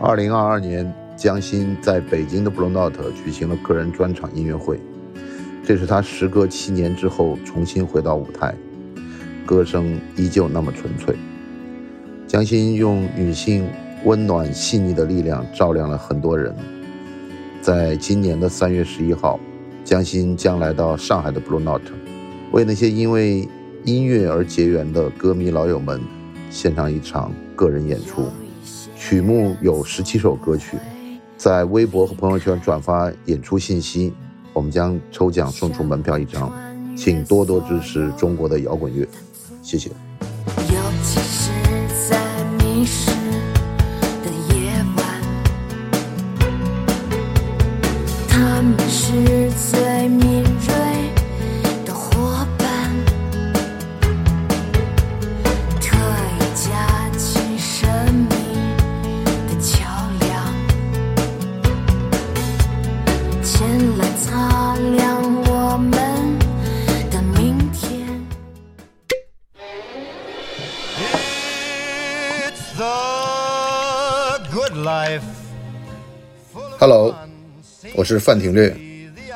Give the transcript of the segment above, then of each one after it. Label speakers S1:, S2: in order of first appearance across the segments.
S1: 二零二二年，江欣在北京的 Blue Note 举行了个人专场音乐会，这是他时隔七年之后重新回到舞台，歌声依旧那么纯粹。江欣用女性温暖细腻的力量照亮了很多人。在今年的三月十一号，江欣将来到上海的 Blue Note，为那些因为音乐而结缘的歌迷老友们，献上一场个人演出。曲目有十七首歌曲，在微博和朋友圈转发演出信息，我们将抽奖送出门票一张，请多多支持中国的摇滚乐，谢谢。
S2: 尤其是在迷失的夜晚，他们是最敏锐的伙伴，特意架起神秘的桥梁，前来擦亮我们的明天。
S3: It's the good life.
S1: Hello，我是范廷略，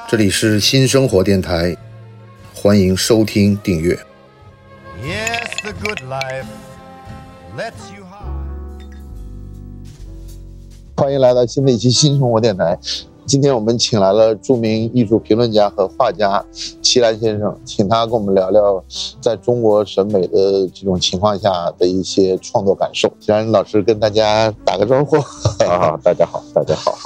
S1: 这里是新生活电台，欢迎收听订阅。
S3: Yes, the good life lets you high.
S1: 欢迎来到新的一期新生活电台。今天我们请来了著名艺术评论家和画家齐兰先生，请他跟我们聊聊在中国审美的这种情况下的一些创作感受。齐兰老师跟大家打个招呼。
S4: 啊，大家好，大家 好。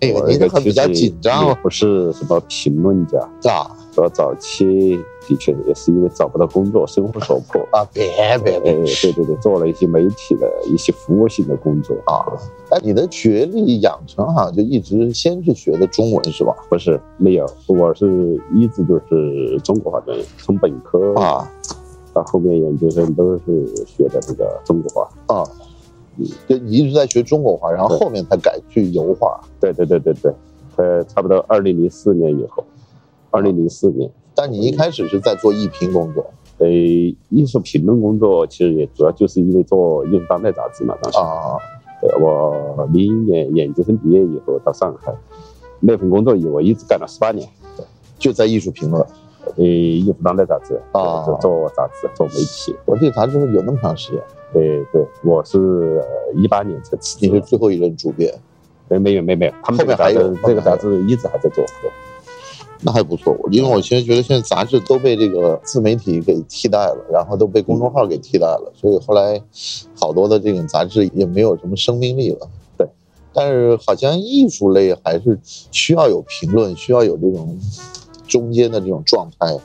S1: 这
S4: 我
S1: 个您哎这
S4: 这个嗯
S1: 很比较紧张
S4: 也不是什么评论家，
S1: 啊
S4: 主要早期的确也是因为找不到工作，生活所 迫。
S1: 啊！别别
S4: 哎，
S1: 别！
S4: 对对对，做了一些媒体的一些服务性的工作
S1: 啊。哎，你的学历养成好像就一直先是学的中文是吧？
S4: 不是没有，我是一直就是中国话的，从本科
S1: 啊
S4: 到后面研究生都是学的这个中国话。
S1: 啊，就你一直在学中国话，然后后面才改去油画。
S4: 对对对对对，呃，差不多二零零四年以后，二零零四年。
S1: 但你一开始是在做艺评工作
S4: 呃，艺术评论工作其实也主要就是因为做《艺术当代》杂志嘛，当时。
S1: 啊
S4: 对，我零一年研究生毕业以后到上海，那份工作以我一直干了十八年，
S1: 就在艺术评论。
S4: 呃，艺术当代杂志，
S1: 哦
S4: 做做杂志，做媒体，
S1: 我记得咱这有那么长时间，
S4: 对对，我是呃一八年才辞
S1: 你
S4: 职
S1: 是
S4: 的，
S1: 最后一任主编，
S4: 没没有没有没有，他们这个杂
S1: 后面还有
S4: 志
S1: 后
S4: 这个
S1: 面还有
S4: 杂志一直还在做，
S1: 那还不错。我因为我现在觉得现在杂志都被这个自媒体给替代了，然后都被公众号给替代了，所以后来好多的这种杂志也没有什么生命力了。
S4: 对，
S1: 但是好像艺术类还是需要有评论，需要有这种中间的这种状态，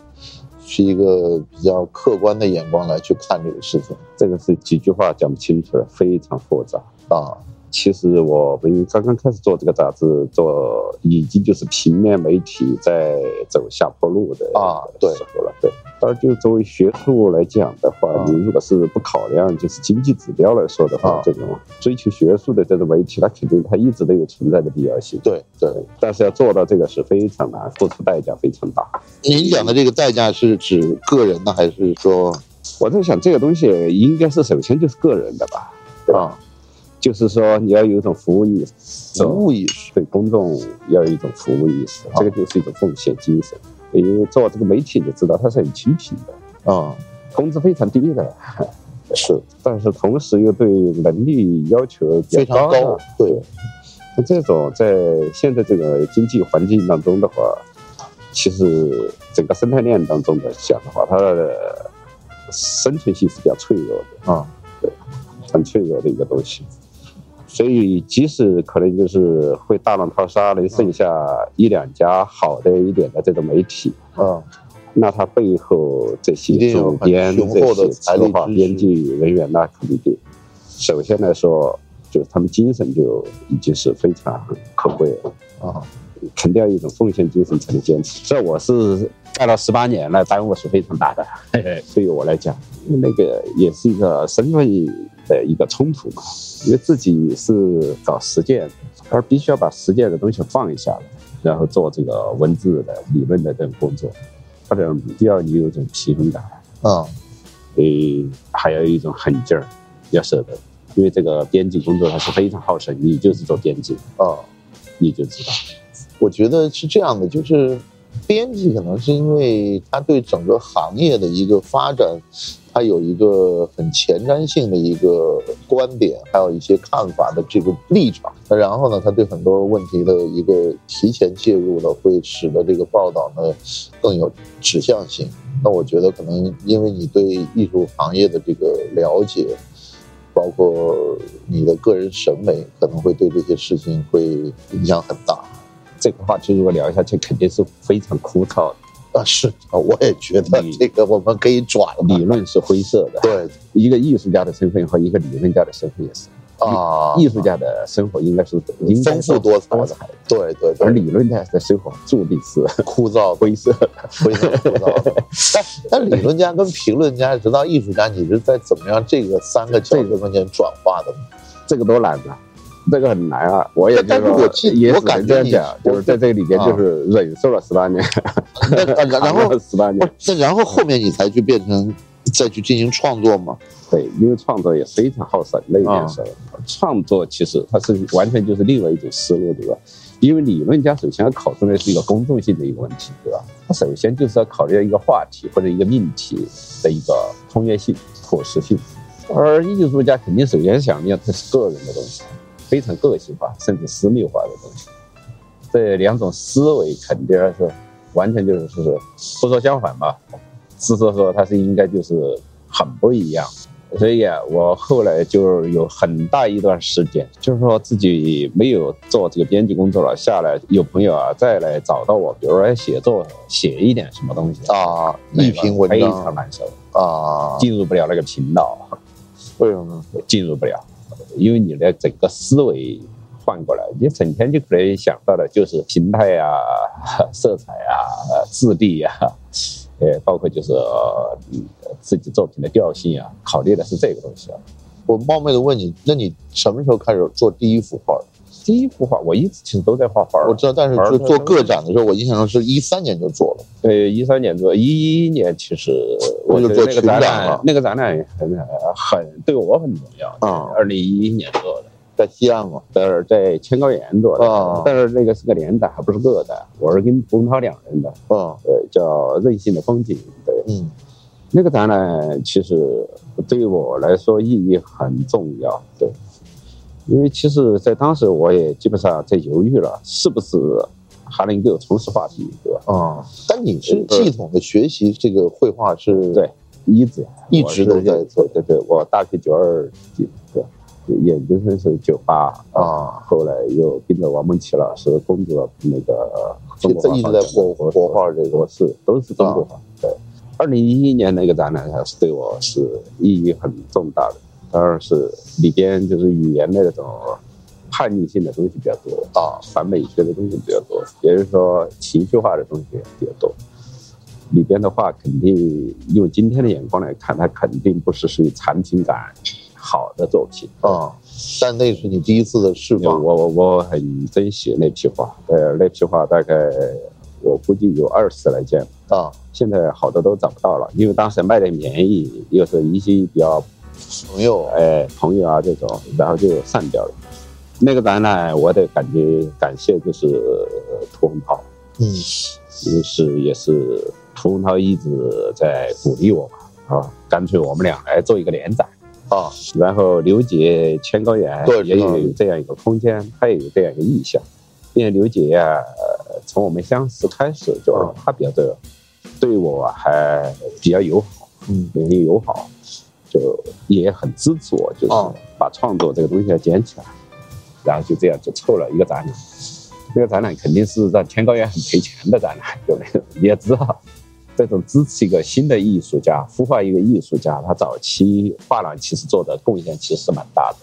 S1: 是一个比较客观的眼光来去看这个事情
S4: 这个是几句话讲不清楚的，非常复杂。
S1: 啊。
S4: 其实我们刚刚开始做这个杂志，做已经就是平面媒体在走下坡路的
S1: 啊对
S4: 时候了，对。当然，就作为学术来讲的话，
S1: 啊
S4: 你如果是不考量就是经济指标来说的话，
S1: 啊
S4: 这种追求学术的这种媒体，它肯定它一直都有存在的必要性。
S1: 对对，
S4: 但是要做到这个是非常难，付出代价非常大。
S1: 您讲的这个代价是指个人呢，还是说
S4: 我在想，这个东西应该是首先就是个人的吧，对
S1: 啊
S4: 就是说你要有一种服务意识，
S1: 服务意识？
S4: 对公众要有一种服务意识，这个就是一种奉献精神。因为做这个媒体，你知道它是很清贫的，
S1: 啊，
S4: 工资非常低的，
S1: 是
S4: 但是同时又对能力要求比较
S1: 非常高
S4: 的。，
S1: 对，
S4: 那这种在现在这个经济环境当中的话，其实整个生态链当中的讲的话，它的生存性是比较脆弱的。
S1: 啊，
S4: 很脆弱的一个东西。所以，即使可能就是会大浪淘沙，能剩下一两家好的一点的这种媒体，
S1: 啊，
S4: 那它背后这些
S1: 一定有
S4: 主
S1: 很
S4: 编、
S1: 雄厚的
S4: 这些
S1: 财力
S4: 策划
S1: 支持
S4: 编辑人员，那肯定首先来说，就是他们精神就已经是非常可贵了，
S1: 啊，
S4: 肯定要有一种奉献精神才能坚持。这我是干了十八年了，耽误是非常大的，啊对于我来讲，那个也是一个身份的一个冲突嘛，因为自己是搞实践，而必须要把实践的东西放下来，然后做这个文字的、理论的这种工作，它这样必要你有一种平衡感，
S1: 啊，
S4: 诶，还要有一种狠劲儿，要舍得。因为这个编辑工作它是非常耗神，你就是做编辑，
S1: 啊。
S4: 你就知道。
S1: 我觉得是这样的，就是编辑可能是因为他对整个行业的一个发展，他有一个很前瞻性的一个观点，还有一些看法的这个立场。然后呢，他对很多问题的一个提前介入呢，会使得这个报道呢更有指向性。那我觉得可能因为你对艺术行业的这个了解，包括你的个人审美，可能会对这些事情会影响很大。
S4: 这个话题如果聊下去，肯定是非常枯燥的，
S1: 啊，是啊，我也觉得
S4: 理
S1: 这个我们可以转了。
S4: 理论是灰色的。
S1: 对
S4: 一个艺术家的身份和一个理论家的身份也是，
S1: 啊，
S4: 艺术家的生活应该是应该
S1: 丰富多彩
S4: 多彩的，
S1: 对对
S4: 而
S1: 对，
S4: 理论家的生活注定是
S1: 枯燥
S4: 灰色的。
S1: 非常枯燥的。但但理论家跟评论家，直到艺术家，你是在怎么样这个三个角度中间转化的呢？
S4: 这个多难啊！这个很难啊！我也
S1: 但但
S4: 就是
S1: 是我
S4: 说
S1: 记
S4: 也
S1: 我
S4: 只
S1: 感
S4: 能
S1: 觉
S4: 这样
S1: 你
S4: 讲，
S1: 我
S4: 就是在这个里边
S1: 啊
S4: 就是忍受了十八年，
S1: 那呃然然
S4: 扛
S1: 后
S4: 了十八
S1: 不
S4: 年
S1: 是，那然后后面你才去变成再去进行创作吗？
S4: 对，因为创作也非常耗神的一件事儿。创作其实它是完全就是另外一种思路，对吧？因为理论家首先要考虑的是一个公众性的一个问题，对吧？他首先就是要考虑到一个话题或者一个命题的一个通约性、可实性，而艺术家肯定首先想要的是个人的东西，非常个性化甚至私密化的东西。这两种思维肯定是完全就是是不说相反吧，是说说它是应该就是很不一样。所以啊，我后来就有很大一段时间，就是说自己没有做这个编辑工作了，下来有朋友啊再来找到我，比如说哎写作写一点什么东西，
S1: 啊，
S4: 那
S1: 一
S4: 个
S1: 篇文
S4: 非常
S1: 章
S4: 难受，
S1: 啊，
S4: 进入不了那个频道，
S1: 为什么呢？
S4: 进入不了，因为你的整个思维换过来，你整天就可能想到的就是形态啊、 色彩啊、质地啊，呃，包括就是、呃嗯自己作品的调性啊，考虑的是这个东西啊。
S1: 我冒昧的问你，那你什么时候开始做第一幅画？
S4: 第一幅画，我一直其实都在画画儿。
S1: 我知道，但是
S4: 玩
S1: 就
S4: 儿
S1: 做个展的时候，我印象中是一三年就做了。
S4: 呃，一三年做，一一年其实我觉得那个展览，那个展览很很对我很重要。
S1: 啊
S4: 二零一一年做的，
S1: 在西安嘛，
S4: 但是呃在千高原做的，
S1: 啊
S4: 但是那个是个连展，还不是个展，我是跟冯涛两人的，
S1: 嗯
S4: 呃，叫任性的风景。对，
S1: 嗯
S4: 那个展览其实对我来说意义很重要，对，因为其实，在当时我也基本上在犹豫了，是不是还能够从事话题，对吧？
S1: 啊，但你是系统的学习这个绘画是
S4: 对一直
S1: 一直都在
S4: 做，对对，我大学九二几的，研究生是九八，
S1: 啊，
S4: 后来又跟着王梦琪老师攻读了那个呃中国
S1: 一直在国
S4: 国
S1: 国画这
S4: 我
S1: 个
S4: 是都是中国画。对，二零一一年那个展览还是对我是意义很重大的，当然是里边就是语言的那种叛逆性的东西比较多，
S1: 啊
S4: 反美学的东西比较多，也就是说情绪化的东西比较多。里边的话，肯定用今天的眼光来看，它肯定不是属于产品感好的作品。
S1: 啊，但那是你第一次的释
S4: 我
S1: 放，
S4: 我我我很珍惜那批画，呃，那批画大概我估计有二十来件，
S1: 啊
S4: 现在好多都找不到了，因为当时卖的便宜，又是一些比较
S1: 朋友
S4: 哎朋友啊这种，然后就散掉了。那个展览，我得感觉感谢就是呃屠洪涛，
S1: 嗯
S4: 因为是也是屠洪涛一直在鼓励我嘛，啊，干脆我们俩来做一个联展。
S1: 啊
S4: 然后刘姐千高原
S1: 对
S4: 也
S1: 知道
S4: 有这样一个空间，她也有这样一个意向。因为刘姐呀、呃从我们相识开始，就是
S1: 嗯
S4: 她比较的对我还比较友好，
S1: 嗯
S4: 比较友好，就也很支持我，就是
S1: 哦
S4: 把创作这个东西要捡起来，然后就这样就凑了一个展览。这个展览肯定是让千高原很赔钱的展览，对不对？你也知道，这种支持一个新的艺术家，孵化一个艺术家，他早期画廊其实做的贡献其实是蛮大的，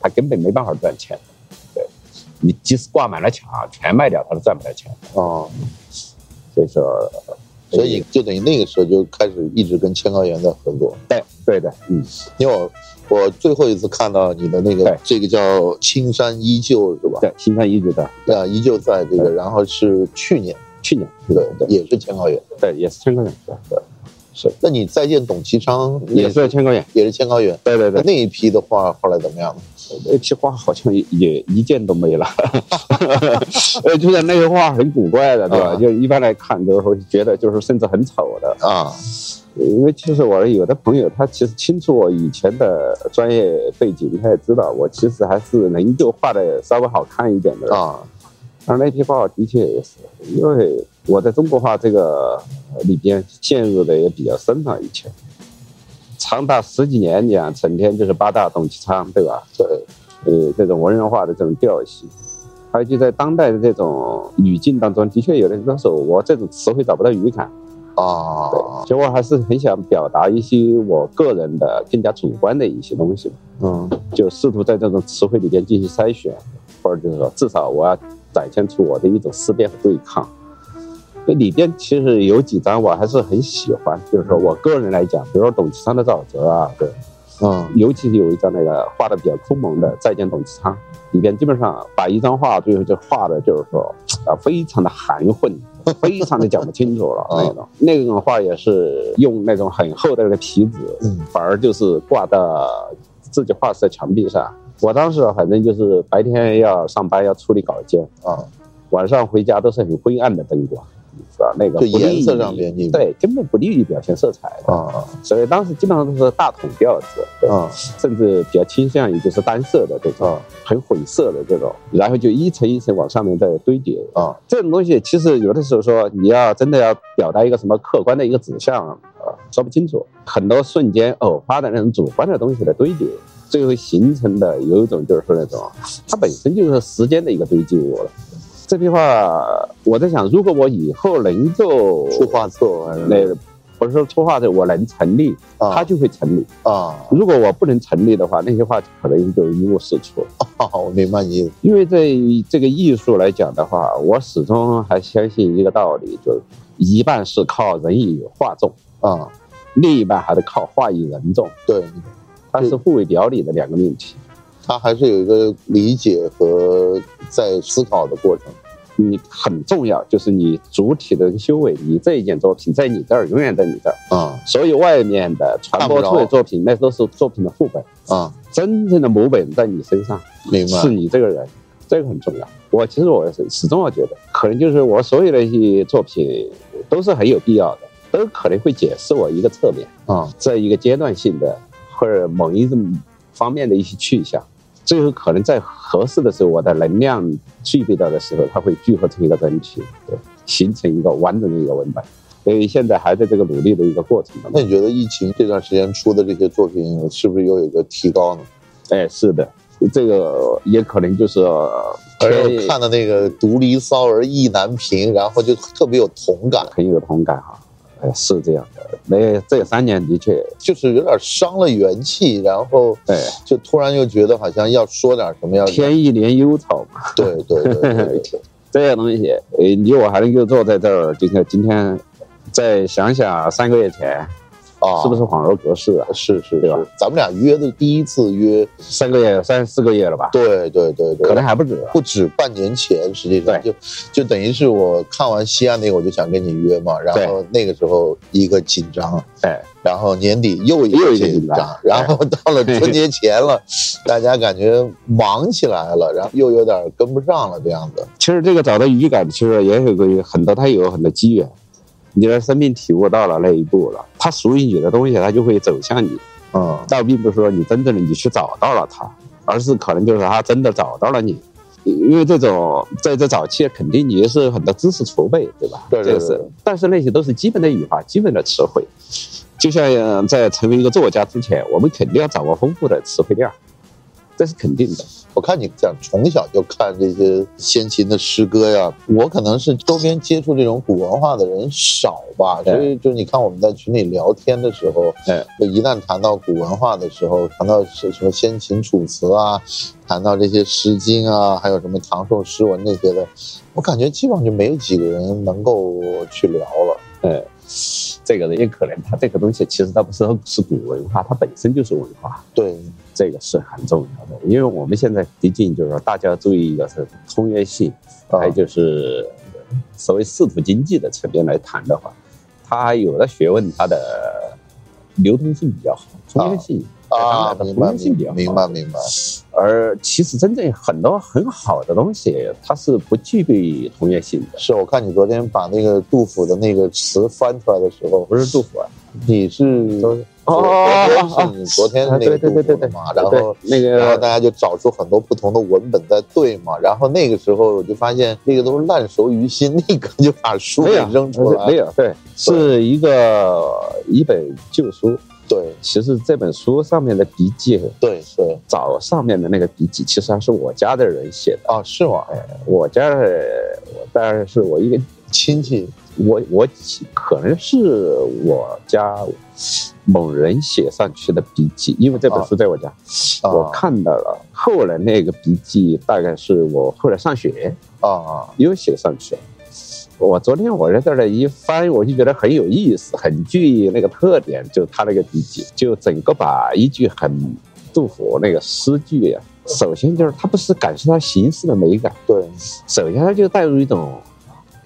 S4: 他根本没办法赚钱。对，你即使挂满了墙，全卖掉，他都赚不了钱。
S1: 啊，
S4: 所以说，
S1: 所
S4: 哎
S1: 以就等于那个时候就开始一直跟千高原在合作，
S4: 对对的，嗯，
S1: 因为我我最后一次看到你的那个
S4: 对
S1: 这个叫青山依旧是吧？
S4: 对，新山一直的，
S1: 啊，依旧在这个，然后是去年
S4: 去年
S1: 对
S4: 对
S1: 也是千高原，
S4: 对也是千高原的，对是
S1: 那你再见董其昌
S4: 也是千高远，
S1: 也是千高远，
S4: 对对
S1: 那
S4: 对，
S1: 那一批的话后来怎么样呢？
S4: 那批画好像也也一件都 没了，呃，就是那些画很古怪的，对吧？
S1: 啊
S4: 就一般来看的时候，觉得就是甚至很丑的，
S1: 啊，
S4: 因为其实我有的朋友，他其实清楚我以前的专业背景，他也知道我其实还是能够画的稍微好看一点的人。
S1: 啊，
S4: 但是那批画的确也是，因为我在中国画这个里边陷入的也比较深了，以前长达十几年，你想成天就是八大董其昌，对吧？
S1: 对，
S4: 呃，这种文人画的这种调性，还有就在当代的这种语境当中，的确有的时候我这种词汇找不到语感。
S1: 啊
S4: 对，，其实我还是很想表达一些我个人的更加主观的一些东西吧，
S1: 嗯，
S4: 就试图在这种词汇里边进行筛选，或者就是说，至少我要展现出我的一种思辨和对抗。那里边其实有几张我还是很喜欢，就是说我个人来讲，比如说董其昌的沼泽啊，对，
S1: 嗯，
S4: 尤其是有一张那个画的比较空蒙的《再见董其昌》，里边基本上把一张画最后就画的，就是说啊，非常的含混， 非常的讲不 清楚了
S1: 啊
S4: 那种。那种画也是用那种很厚的那个皮纸，
S1: 嗯
S4: 反而就是挂到自己画室的墙壁上。我当时反正就是白天要上班要处理稿件，
S1: 啊，
S4: 晚上回家都是很灰暗的灯光，你知道那个
S1: 就
S4: 不利
S1: 颜色
S4: 于
S1: 上边你
S4: 对根本不利于表现色彩的，
S1: 啊
S4: 所以当时基本上都是大桶调子。对
S1: 啊
S4: 甚至比较倾向于就是单色的这种，
S1: 啊
S4: 很混色的这种，然后就一层一层往上面再堆叠。
S1: 啊，
S4: 这种东西其实有的时候说你要真的要表达一个什么客观的一个指向啊，说不清楚，很多瞬间偶发的那种主观的东西的堆叠，最后形成的有一种就是说那种，它本身就是时间的一个堆积物了。这句话我在想，如果我以后能够
S1: 出画册还是
S4: 那不是说出画的，我能成立，
S1: 啊
S4: 它就会成立。
S1: 啊，
S4: 如果我不能成立的话，那些话可能就是一无是处。
S1: 好，哦我明白你意思
S4: 因为在这个艺术来讲的话，我始终还相信一个道理，就是一半是靠人以画重，
S1: 啊，
S4: 另一半还得靠画以人重，
S1: 对，
S4: 它是互为表里的两个命题。
S1: 他还是有一个理解和在思考的过程
S4: 你很重要，就是你主体的修为，你这一件作品在你这儿永远在你这儿，
S1: 啊
S4: 所以外面的传播出
S1: 看不
S4: 的
S1: 着
S4: 作品，那都是作品的副本，
S1: 啊，
S4: 真正的母本在你身上。
S1: 明白
S4: 是你这个人，这个很重要。我其实我是始终我觉得，可能就是我所有的一些作品都是很有必要的，都可能会解释我一个侧面，
S1: 啊
S4: 这一个阶段性的或者某一种方面的一些去向。最后可能在合适的时候，我的能量具备到的时候，它会聚合成一个整体，对，形成一个完整的一个文本。所以现在还在这个努力的一个过程当
S1: 那
S4: 中。
S1: 你觉得疫情这段时间出的这些作品，是不是又有一个提高呢？
S4: 哎，是的，这个也可能就是呃
S1: 而且我看的那个《独离骚而意难平》，然后就特别有同感，
S4: 很有同感哈、哎，是这样的。那这三年的确，
S1: 就是有点伤了元气，然后
S4: 哎，
S1: 就突然又觉得好像要说点什么，要
S4: 天意怜忧草嘛，
S1: 对对对 对对对，
S4: 这些东西，哎，你我还能够坐在这儿，就像今天，再想想三个月前，
S1: 啊，
S4: 是不是恍如隔世啊？
S1: 是是
S4: 对吧
S1: 是，咱们俩约的第一次约，
S4: 三个月、三四个月了吧？
S1: 对对对对，
S4: 可能还不止。
S1: 不止半年前，实际上
S4: 对
S1: 就就等于是我看完西安那个，我就想跟你约嘛，然后那个时候一个紧张，
S4: 哎，
S1: 然后年底又一
S4: 又
S1: 个
S4: 一个
S1: 紧
S4: 紧张
S1: 张，然后到了 春节前了，大家感觉忙起来了，然后又有点跟不上了这样子，
S4: 其实这个找到语感，其实也有个很多，它有很多机缘。你的生命体悟到了那一步了，它属于你的东西，它就会走向你。
S1: 嗯
S4: 倒并不是说你真正的你去找到了他，而是可能就是他真的找到了你。因为这种在这早期肯定你是很多知识储备，对吧？
S1: 对对
S4: 这个
S1: 对
S4: 是，但是那些都是基本的语法、基本的词汇。就像呃在成为一个作家之前，我们肯定要掌握丰富的词汇量，这是肯定的。
S1: 我看你讲从小就看这些先秦的诗歌呀，我可能是周边接触这种古文化的人少吧，
S4: 对
S1: 所以就你看我们在群里聊天的时候，
S4: 对，
S1: 就一旦谈到古文化的时候，谈到是什么先秦楚辞啊，谈到这些诗经啊，还有什么唐宋诗文这些的，我感觉基本上就没有几个人能够去聊了。
S4: 呃，这个也可能它这个东西其实它不是是古文化，它本身就是文化。
S1: 对，
S4: 这个是很重要的，因为我们现在毕竟就是说，大家注意一个是通约性，
S1: 啊
S4: 还有就是所谓仕途经济的层面来谈的话，他有的学问它的流通性比较好，中间性在咱
S1: 啊，
S4: 哎们
S1: 明
S4: 来说中
S1: 白
S4: 间性比较好。
S1: 明白明白，
S4: 而其实真正很多很好的东西，它是不具备同源性的。
S1: 是我看你昨天把那个杜甫的那个词翻出来的时候，
S4: 不是杜甫啊，
S1: 你是昨昨天是你昨天那个
S4: 哦对对
S1: 杜
S4: 对对
S1: 甫的
S4: 对
S1: 嘛，然后。
S4: 对那
S1: 然后大家
S4: 个
S1: 就找出很多不同的文本在对嘛，然后那个时候我就发现那个都是烂熟于心，立刻就把书
S4: 没
S1: 给
S4: 有
S1: 扔出来
S4: 没。有对，是一个一本旧书。
S1: 对
S4: 其实这本书上面的笔记，
S1: 对对，
S4: 找上面的那个笔记，其实还是我家的人写的。
S1: 啊，是吗？
S4: 我家的，我当然是我一个
S1: 亲戚
S4: 我我可能是我家某人写上去的笔记，因为这本书在我家，
S1: 啊
S4: 我看到了。后来那个笔记大概是我后来上学
S1: 啊，
S4: 又写上去了。我昨天我在这儿一翻，我就觉得很有意思，很具那个特点，就他那个笔记，就整个把一句很杜甫那个诗句啊，首先就是他不是感受到形式的美感，
S1: 对
S4: 首先他就带入一种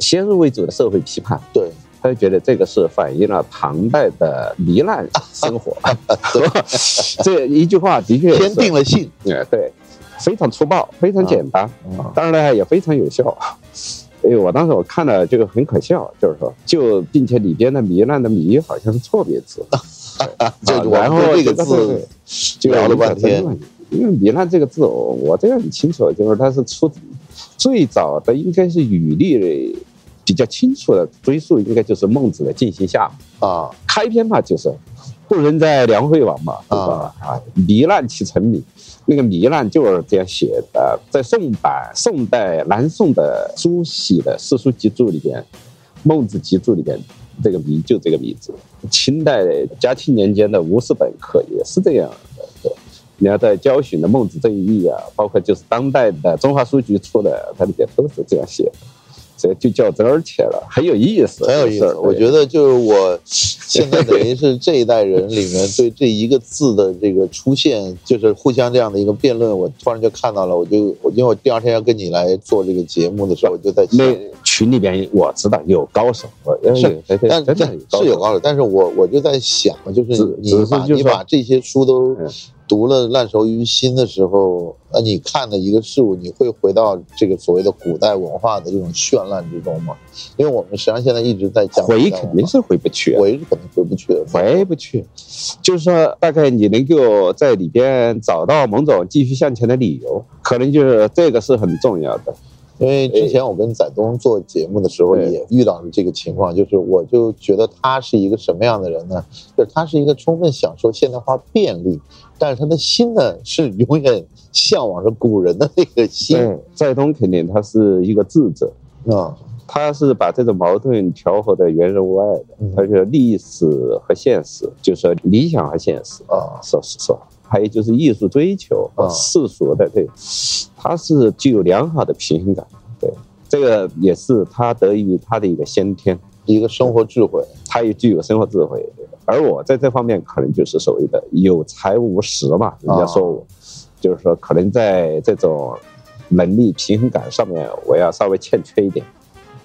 S4: 先入为主的社会批判。
S1: 对
S4: 他就觉得这个是反映了唐代的糜烂 生活。 这一句话的确
S1: 天定
S4: 了，
S1: 了性
S4: 呃对，非常粗暴，非常简单，
S1: 啊
S4: 当然呢也非常有效。 哎，我当时我看了这个很可笑，啊就是说，就并且里边的糜烂的糜好像是错别字，
S1: 啊就
S4: 啊
S1: 我
S4: 然后
S1: 们对这个
S4: 这个
S1: 字
S4: 就
S1: 聊了半天。
S4: 因为糜烂这个字，我我这个很清楚，就是它是出最早的应该是语例比较清楚的追溯，应该就是孟子的《尽行下》。
S1: 啊
S4: 开篇嘛就是“故人在梁惠王”嘛，对吧？啊，糜烂其成米，那个糜烂就是这样写的，在宋版宋代南宋的朱熹的《四书集注》里边，《孟子集注》里边。这个糜就这个糜字，清代嘉庆年间的《吴氏本课》也是这样的。对，你要在交选的《孟子正义》啊，包括就是当代的中华书局出的，它里边都是这样写的，所以就较真儿去了，很有意思，
S1: 很有意
S4: 这个
S1: 思
S4: 事，儿
S1: 我觉得就是我现在等于是这一代人里面对这一个字的这个出现，就是互相这样的一个辩论，我突然就看到了，我就我因为我第二天要跟你来做这个节目的时候，我就在想，
S4: 那群里边我知道有高手，我
S1: 是
S4: 对对
S1: 但
S4: 真
S1: 但
S4: 的
S1: 是有高手，但是我我就在想，就是
S4: 只
S1: 你
S4: 只是
S1: 把
S4: 就
S1: 你
S4: 说
S1: 把这些书都
S4: 嗯
S1: 读了烂熟于心的时候，那你看的一个事物，你会回到这个所谓的古代文化的这种绚烂之中吗？因为我们实际上现在一直在讲
S4: 回
S1: 古代文化
S4: 肯定是回不去，啊
S1: 回是肯定回不去的，
S4: 回不去。就是说，大概你能够在里边找到某种继续向前的理由，可能就是这个是很重要的。
S1: 因为之前我跟载东做节目的时候
S4: 对
S1: 也遇到了这个情况，就是我就觉得他是一个什么样的人呢？就是他是一个充分享受现代化便利，但是他的心呢是永远向往着古人的那个心
S4: 对，在东肯定他是一个智者，
S1: 啊。
S4: 他是把这种矛盾调和的圆融无碍的。
S1: 嗯
S4: 他就是历史和现实，就是说理想和现实。
S1: 啊
S4: 说实说，还有就是艺术追求和
S1: 啊
S4: 世俗的对，它是具有良好的平衡感，对，这个也是它得益于它的一个先天，
S1: 一个生活智慧
S4: 它也具有生活智慧。对而我在这方面可能就是所谓的有才无实嘛，人家说我，就是说可能在这种能力平衡感上面，我要稍微欠缺一点。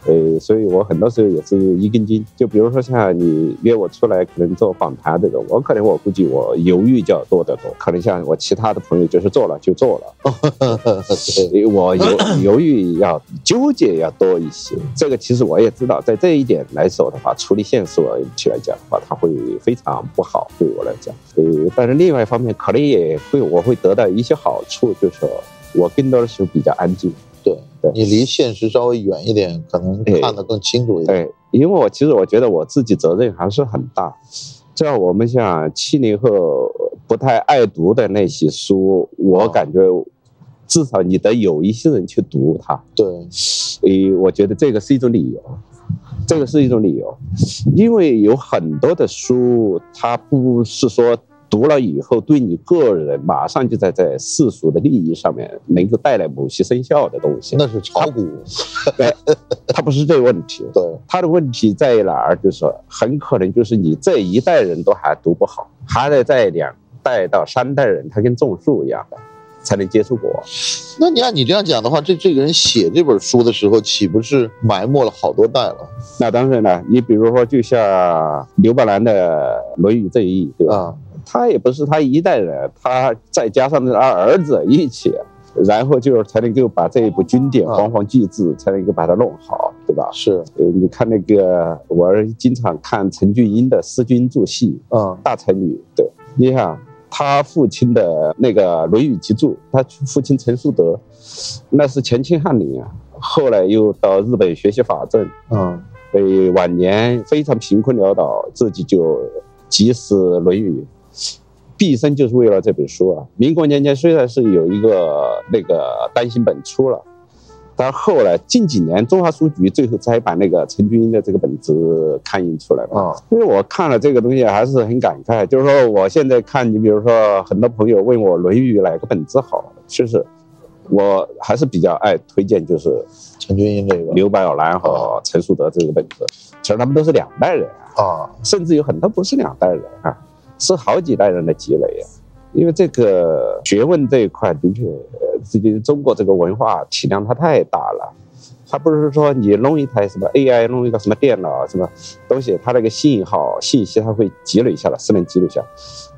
S4: 呃，所以我很多时候也是一根筋。就比如说像你约我出来，可能做访谈这种，我可能我估计我犹豫较多得多。可能像我其他的朋友就是做了就做了，
S1: 对
S4: 所以我犹犹豫要纠结要多一些。这个其实我也知道，在这一点来说的话，处理现实问题来讲的话，它会非常不好对我来讲。呃，但是另外一方面，可能也会我会得到一些好处，就是说我更多的时候比较安静。
S1: 对
S4: 对，
S1: 你离现实稍微远一点，可能看得更清楚一点。
S4: 对，哎因为我其实我觉得我自己责任还是很大。像我们像七零后不太爱读的那些书，我
S1: 哦
S4: 感觉至少你得有一些人去读它。
S1: 对
S4: 诶，我觉得这个是一种理由，这个是一种理由，因为有很多的书，它不是说读了以后对你个人马上就在在世俗的利益上面能够带来某些生效的东西，
S1: 那是炒股，
S4: 它不是这个问题。
S1: 对
S4: 他的问题在于哪儿？就是说很可能就是你这一代人都还读不好，还得再两代到三代人，他跟种树一样的，才能接触过。
S1: 那你按你这样讲的话，这这个人写这本书的时候，岂不是埋没了好多代了
S4: 那当然了，你比如说，就像刘伯南的《论语正义》，对吧？
S1: 啊？
S4: 他也不是他一代人，他再加上他儿子一起，然后就是才能够把这一部经典
S1: 啊
S4: 煌煌巨制才能够把它弄好，对吧？
S1: 是
S4: 呃，你看那个，我儿子经常看陈俊英的《思君注戏
S1: 啊》，，
S4: 大才女，对，哎你看他父亲的那个《论语集注》，他父亲陈叔德，那是前清翰林啊，后来又到日本学习法政，
S1: 嗯
S4: 所以晚年非常贫困潦倒，自己就急死《论语》，毕生就是为了这本书啊。民国年间虽然是有一个那个单行本出了，但后来近几年中华书局最后才把那个陈君英的这个本子刊印出来了。
S1: 啊
S4: 因为我看了这个东西还是很感慨，就是说我现在看你，比如说很多朋友问我《论语》哪个本子好，其实我还是比较爱推荐就是
S1: 陈君英这个
S4: 刘百兰和陈树德这个本子，其实他们都是两代人啊，
S1: 啊，
S4: 甚至有很多不是两代人啊，是好几代人的积累啊。因为这个学问这一块的确，呃，自己中国这个文化体量它太大了，它不是说你弄一台什么 AI，弄一个什么电脑什么东西，它那个信号信息它会积累下来，是能积累下来，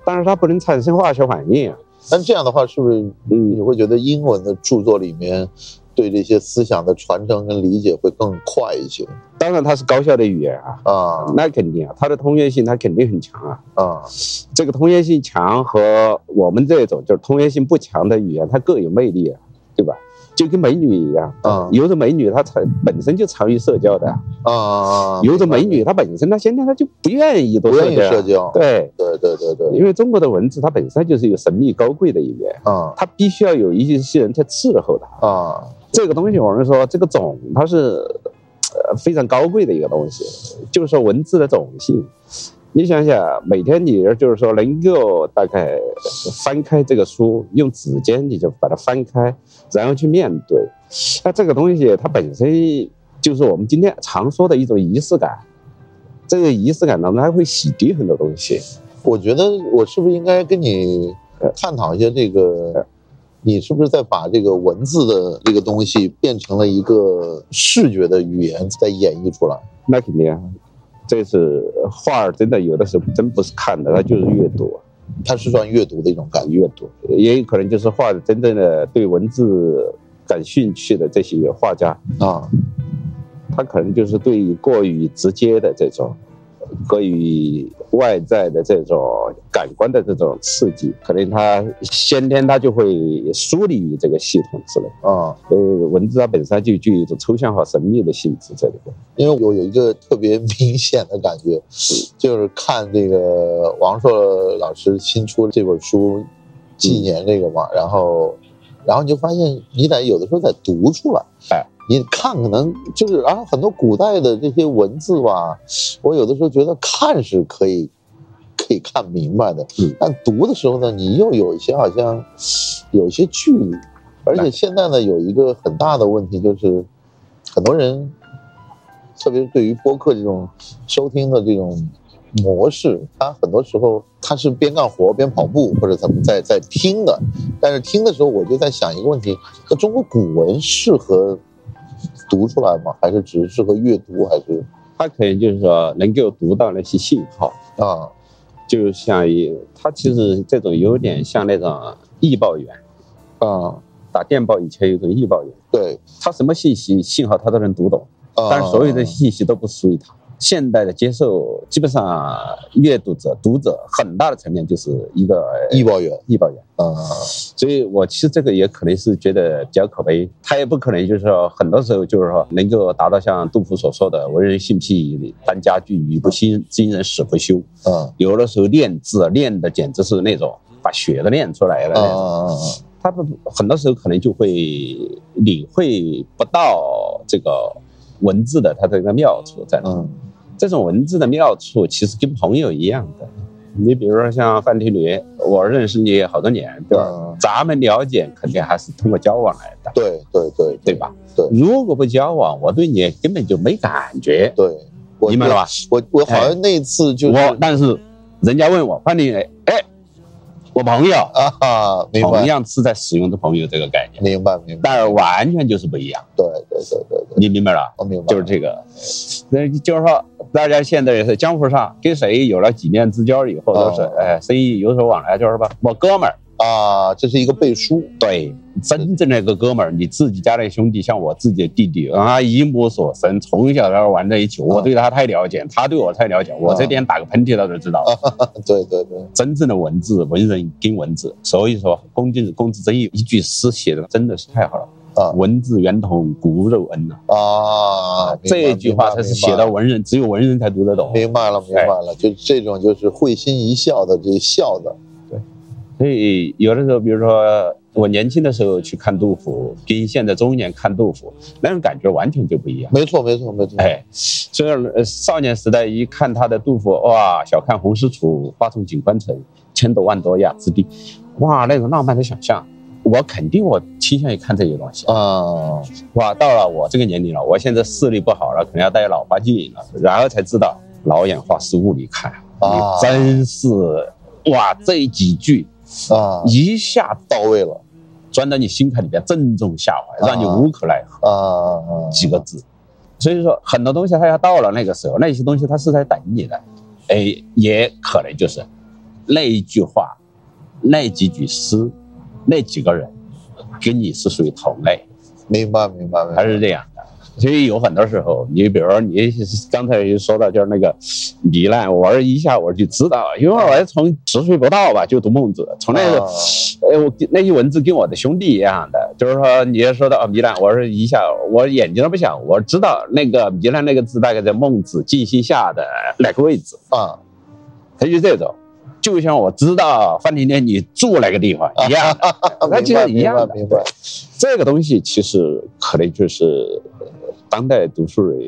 S4: 但是它不能产生化学反应啊。
S1: 但这样的话，是不是
S4: 嗯
S1: 你会觉得英文的著作里面对这些思想的传承跟理解会更快一些
S4: 当然它是高效的语言啊，
S1: 啊
S4: 那肯定啊，它的通用性它肯定很强啊。
S1: 啊
S4: 这个通言性强和我们这种就是通言性不强的语言，它各有魅力，啊对吧？就跟美女一样，
S1: 啊
S4: 有的美女她才本身就长于社交的，
S1: 啊！
S4: 有的美女她本身她先天她就不愿意多
S1: 不愿意社
S4: 社交，
S1: 交，
S4: 对，
S1: 对对对对，
S4: 因为中国的文字它本身就是有神秘高贵的一面，
S1: 啊
S4: 它必须要有一些人在伺候它。
S1: 啊
S4: 这个东西我们说这个种它是呃非常高贵的一个东西，就是说文字的种呃性。你想想，每天你就是说能够大概翻开这个书，用指尖你就把它翻开，然后去面对。那这个东西它本身就是我们今天常说的一种仪式感，这个仪式感当中它会洗涤很多东西。
S1: 我觉得我是不是应该跟你探讨一下这个
S4: 呃？
S1: 你是不是在把这个文字的这个东西变成了一个视觉的语言，再演绎出来？
S4: 那肯定啊，这是画儿，真的有的时候真不是看的，它就是阅读。
S1: 它是算阅读的一种感觉。
S4: 阅读，也有可能就是呃画的真正的对文字感兴趣的这些画家，
S1: 啊
S4: 他可能就是对于过于直接的这种，过于外在的这种感官的这种刺激，可能他先天他就会疏离于这个系统之内。
S1: 啊！
S4: 呃，文字它本身就具有一种抽象和神秘的性质在里面。
S1: 因为我有一个特别明显的感觉，就是看这个王朔老师新出这本书，纪年这个嘛，
S4: 嗯
S1: 然后，然后你就发现你得有的时候得读出来，
S4: 哎，
S1: 你看可能就是，然后很多古代的这些文字吧，我有的时候觉得看是可以。可以看明白的
S4: 嗯，
S1: 但读的时候呢，你又有一些好像有一些距离，而
S4: 哎
S1: 且现在呢，有一个很大的问题就是，很多人，特别是对于播客这种收听的这种模式，他很多时候他是边干活边跑步或者怎么在在听的，但是听的时候我就在想一个问题：那中国古文适合读出来吗？还是只适合阅读？还是
S4: 他可能就是说能够读到那些信号，
S1: 啊
S4: 就像一，他其实这种有点像那种易报员。
S1: 啊，
S4: 打电报以前有一种易报员，
S1: 对
S4: 他什么信息信号他都能读懂，
S1: 啊，
S4: 但是所有的信息都不属于他。现代的接受，基本上阅读者、读者很大的层面就是一个
S1: 易报员
S4: 易报员，
S1: 啊
S4: 所以我其实这个也可能是觉得比较可悲，他也不可能就是说很多时候就是说能够达到像杜甫所说的“文人性癖，当家具，语不惊惊人死不休
S1: 啊”。
S4: 有的时候练字练的简直是那种把血都练出来了
S1: 啊
S4: 那种。
S1: 啊
S4: 他们很多时候可能就会领会不到这个文字的它的一个妙处在哪。
S1: 嗯
S4: 这种文字的妙处其实跟朋友一样的，你比如说像范天驴，我认识你好多年，对吧？
S1: 嗯，
S4: 咱们了解肯定还是通过交往来的，
S1: 对对对
S4: 对吧？
S1: 对
S4: 如果不交往，我对你根本就没感觉，
S1: 对，我
S4: 明白了吧？哎
S1: 我我好像那次就是
S4: 我但是人家问我范天驴，哎，我朋友，
S1: 啊，明
S4: 同
S1: 白，
S4: 样是在使用的朋友这个概念，
S1: 明白，明白，
S4: 但是完全就是不一样，
S1: 对对对对对，
S4: 你明白了？
S1: 我明白，
S4: 就是这个，那就是说，大家现在也是江湖上跟谁有了几面之交以后，都是
S1: 哦
S4: 哎，生意有所往来，就是吧，我哥们儿，
S1: 啊，这是一个背书，
S4: 对，真正那个哥们儿，你自己家的兄弟，像我自己的弟弟啊，一母所生，从小到玩在一起，
S1: 哦
S4: 我对他太了解，他对我太了解，我这点打个喷嚏他就知
S1: 哦
S4: 道了。
S1: 对对对，
S4: 真正的文字，文人跟文字，所以说龚敬龚自珍一一句诗写的真的是太好了，
S1: 啊
S4: 文字源同骨肉恩呐、
S1: 啊，明白
S4: 这句话才是写到哎文人，只有文人才读得懂。
S1: 明白了，明白了，就这种就是会心一笑的这笑的，
S4: 所以有的时候，比如说我年轻的时候去看杜甫，跟现在中年看杜甫，那种感觉完全就不一样。
S1: 没错没错没错，
S4: 哎，所以呃少年时代一看他的杜甫，哇，小看红湿处，花重锦官城，千朵万朵亚之地，哇，那种浪漫的想象，我肯定我倾向于看这些东西。
S1: 啊，
S4: 哇，到了我这个年龄了，我现在视力不好了，可能要戴老花镜了，然后才知道老眼花是雾里看，
S1: 啊
S4: 你真是哇，这几句
S1: 啊，
S4: 一下
S1: 到位了
S4: 钻到你心坎里边，正中下怀，让你
S1: 啊
S4: 无可奈何。
S1: 啊，
S4: 几个字。所以说，很多东西它要到了那个时候，那些东西它是在等你的，哎，也可能就是那一句话、那几句诗、那几个人，跟你是属于同类，
S1: 明白明白明
S4: 它
S1: 白，
S4: 是这样的。所以有很多时候，你比如说你刚才也说到，就是那个糜烂，我儿一下我就知道，因为我儿从十岁不到吧就读孟子，从那个
S1: 啊
S4: 哎，我跟那些文字跟我的兄弟一样的，就是说你要说到啊糜烂，我是一下我眼睛都不想，我知道那个糜烂那个字大概在孟子《尽心下》的哪个位置，
S1: 啊，
S4: 他就这种，就像我知道范甜甜你住哪个地方一 样的，那
S1: 明
S4: 就
S1: 白
S4: 是
S1: 啊
S4: 一
S1: 明
S4: 样
S1: 白
S4: 的。
S1: 明白，
S4: 这个东西其实可能就是呃当代读书人，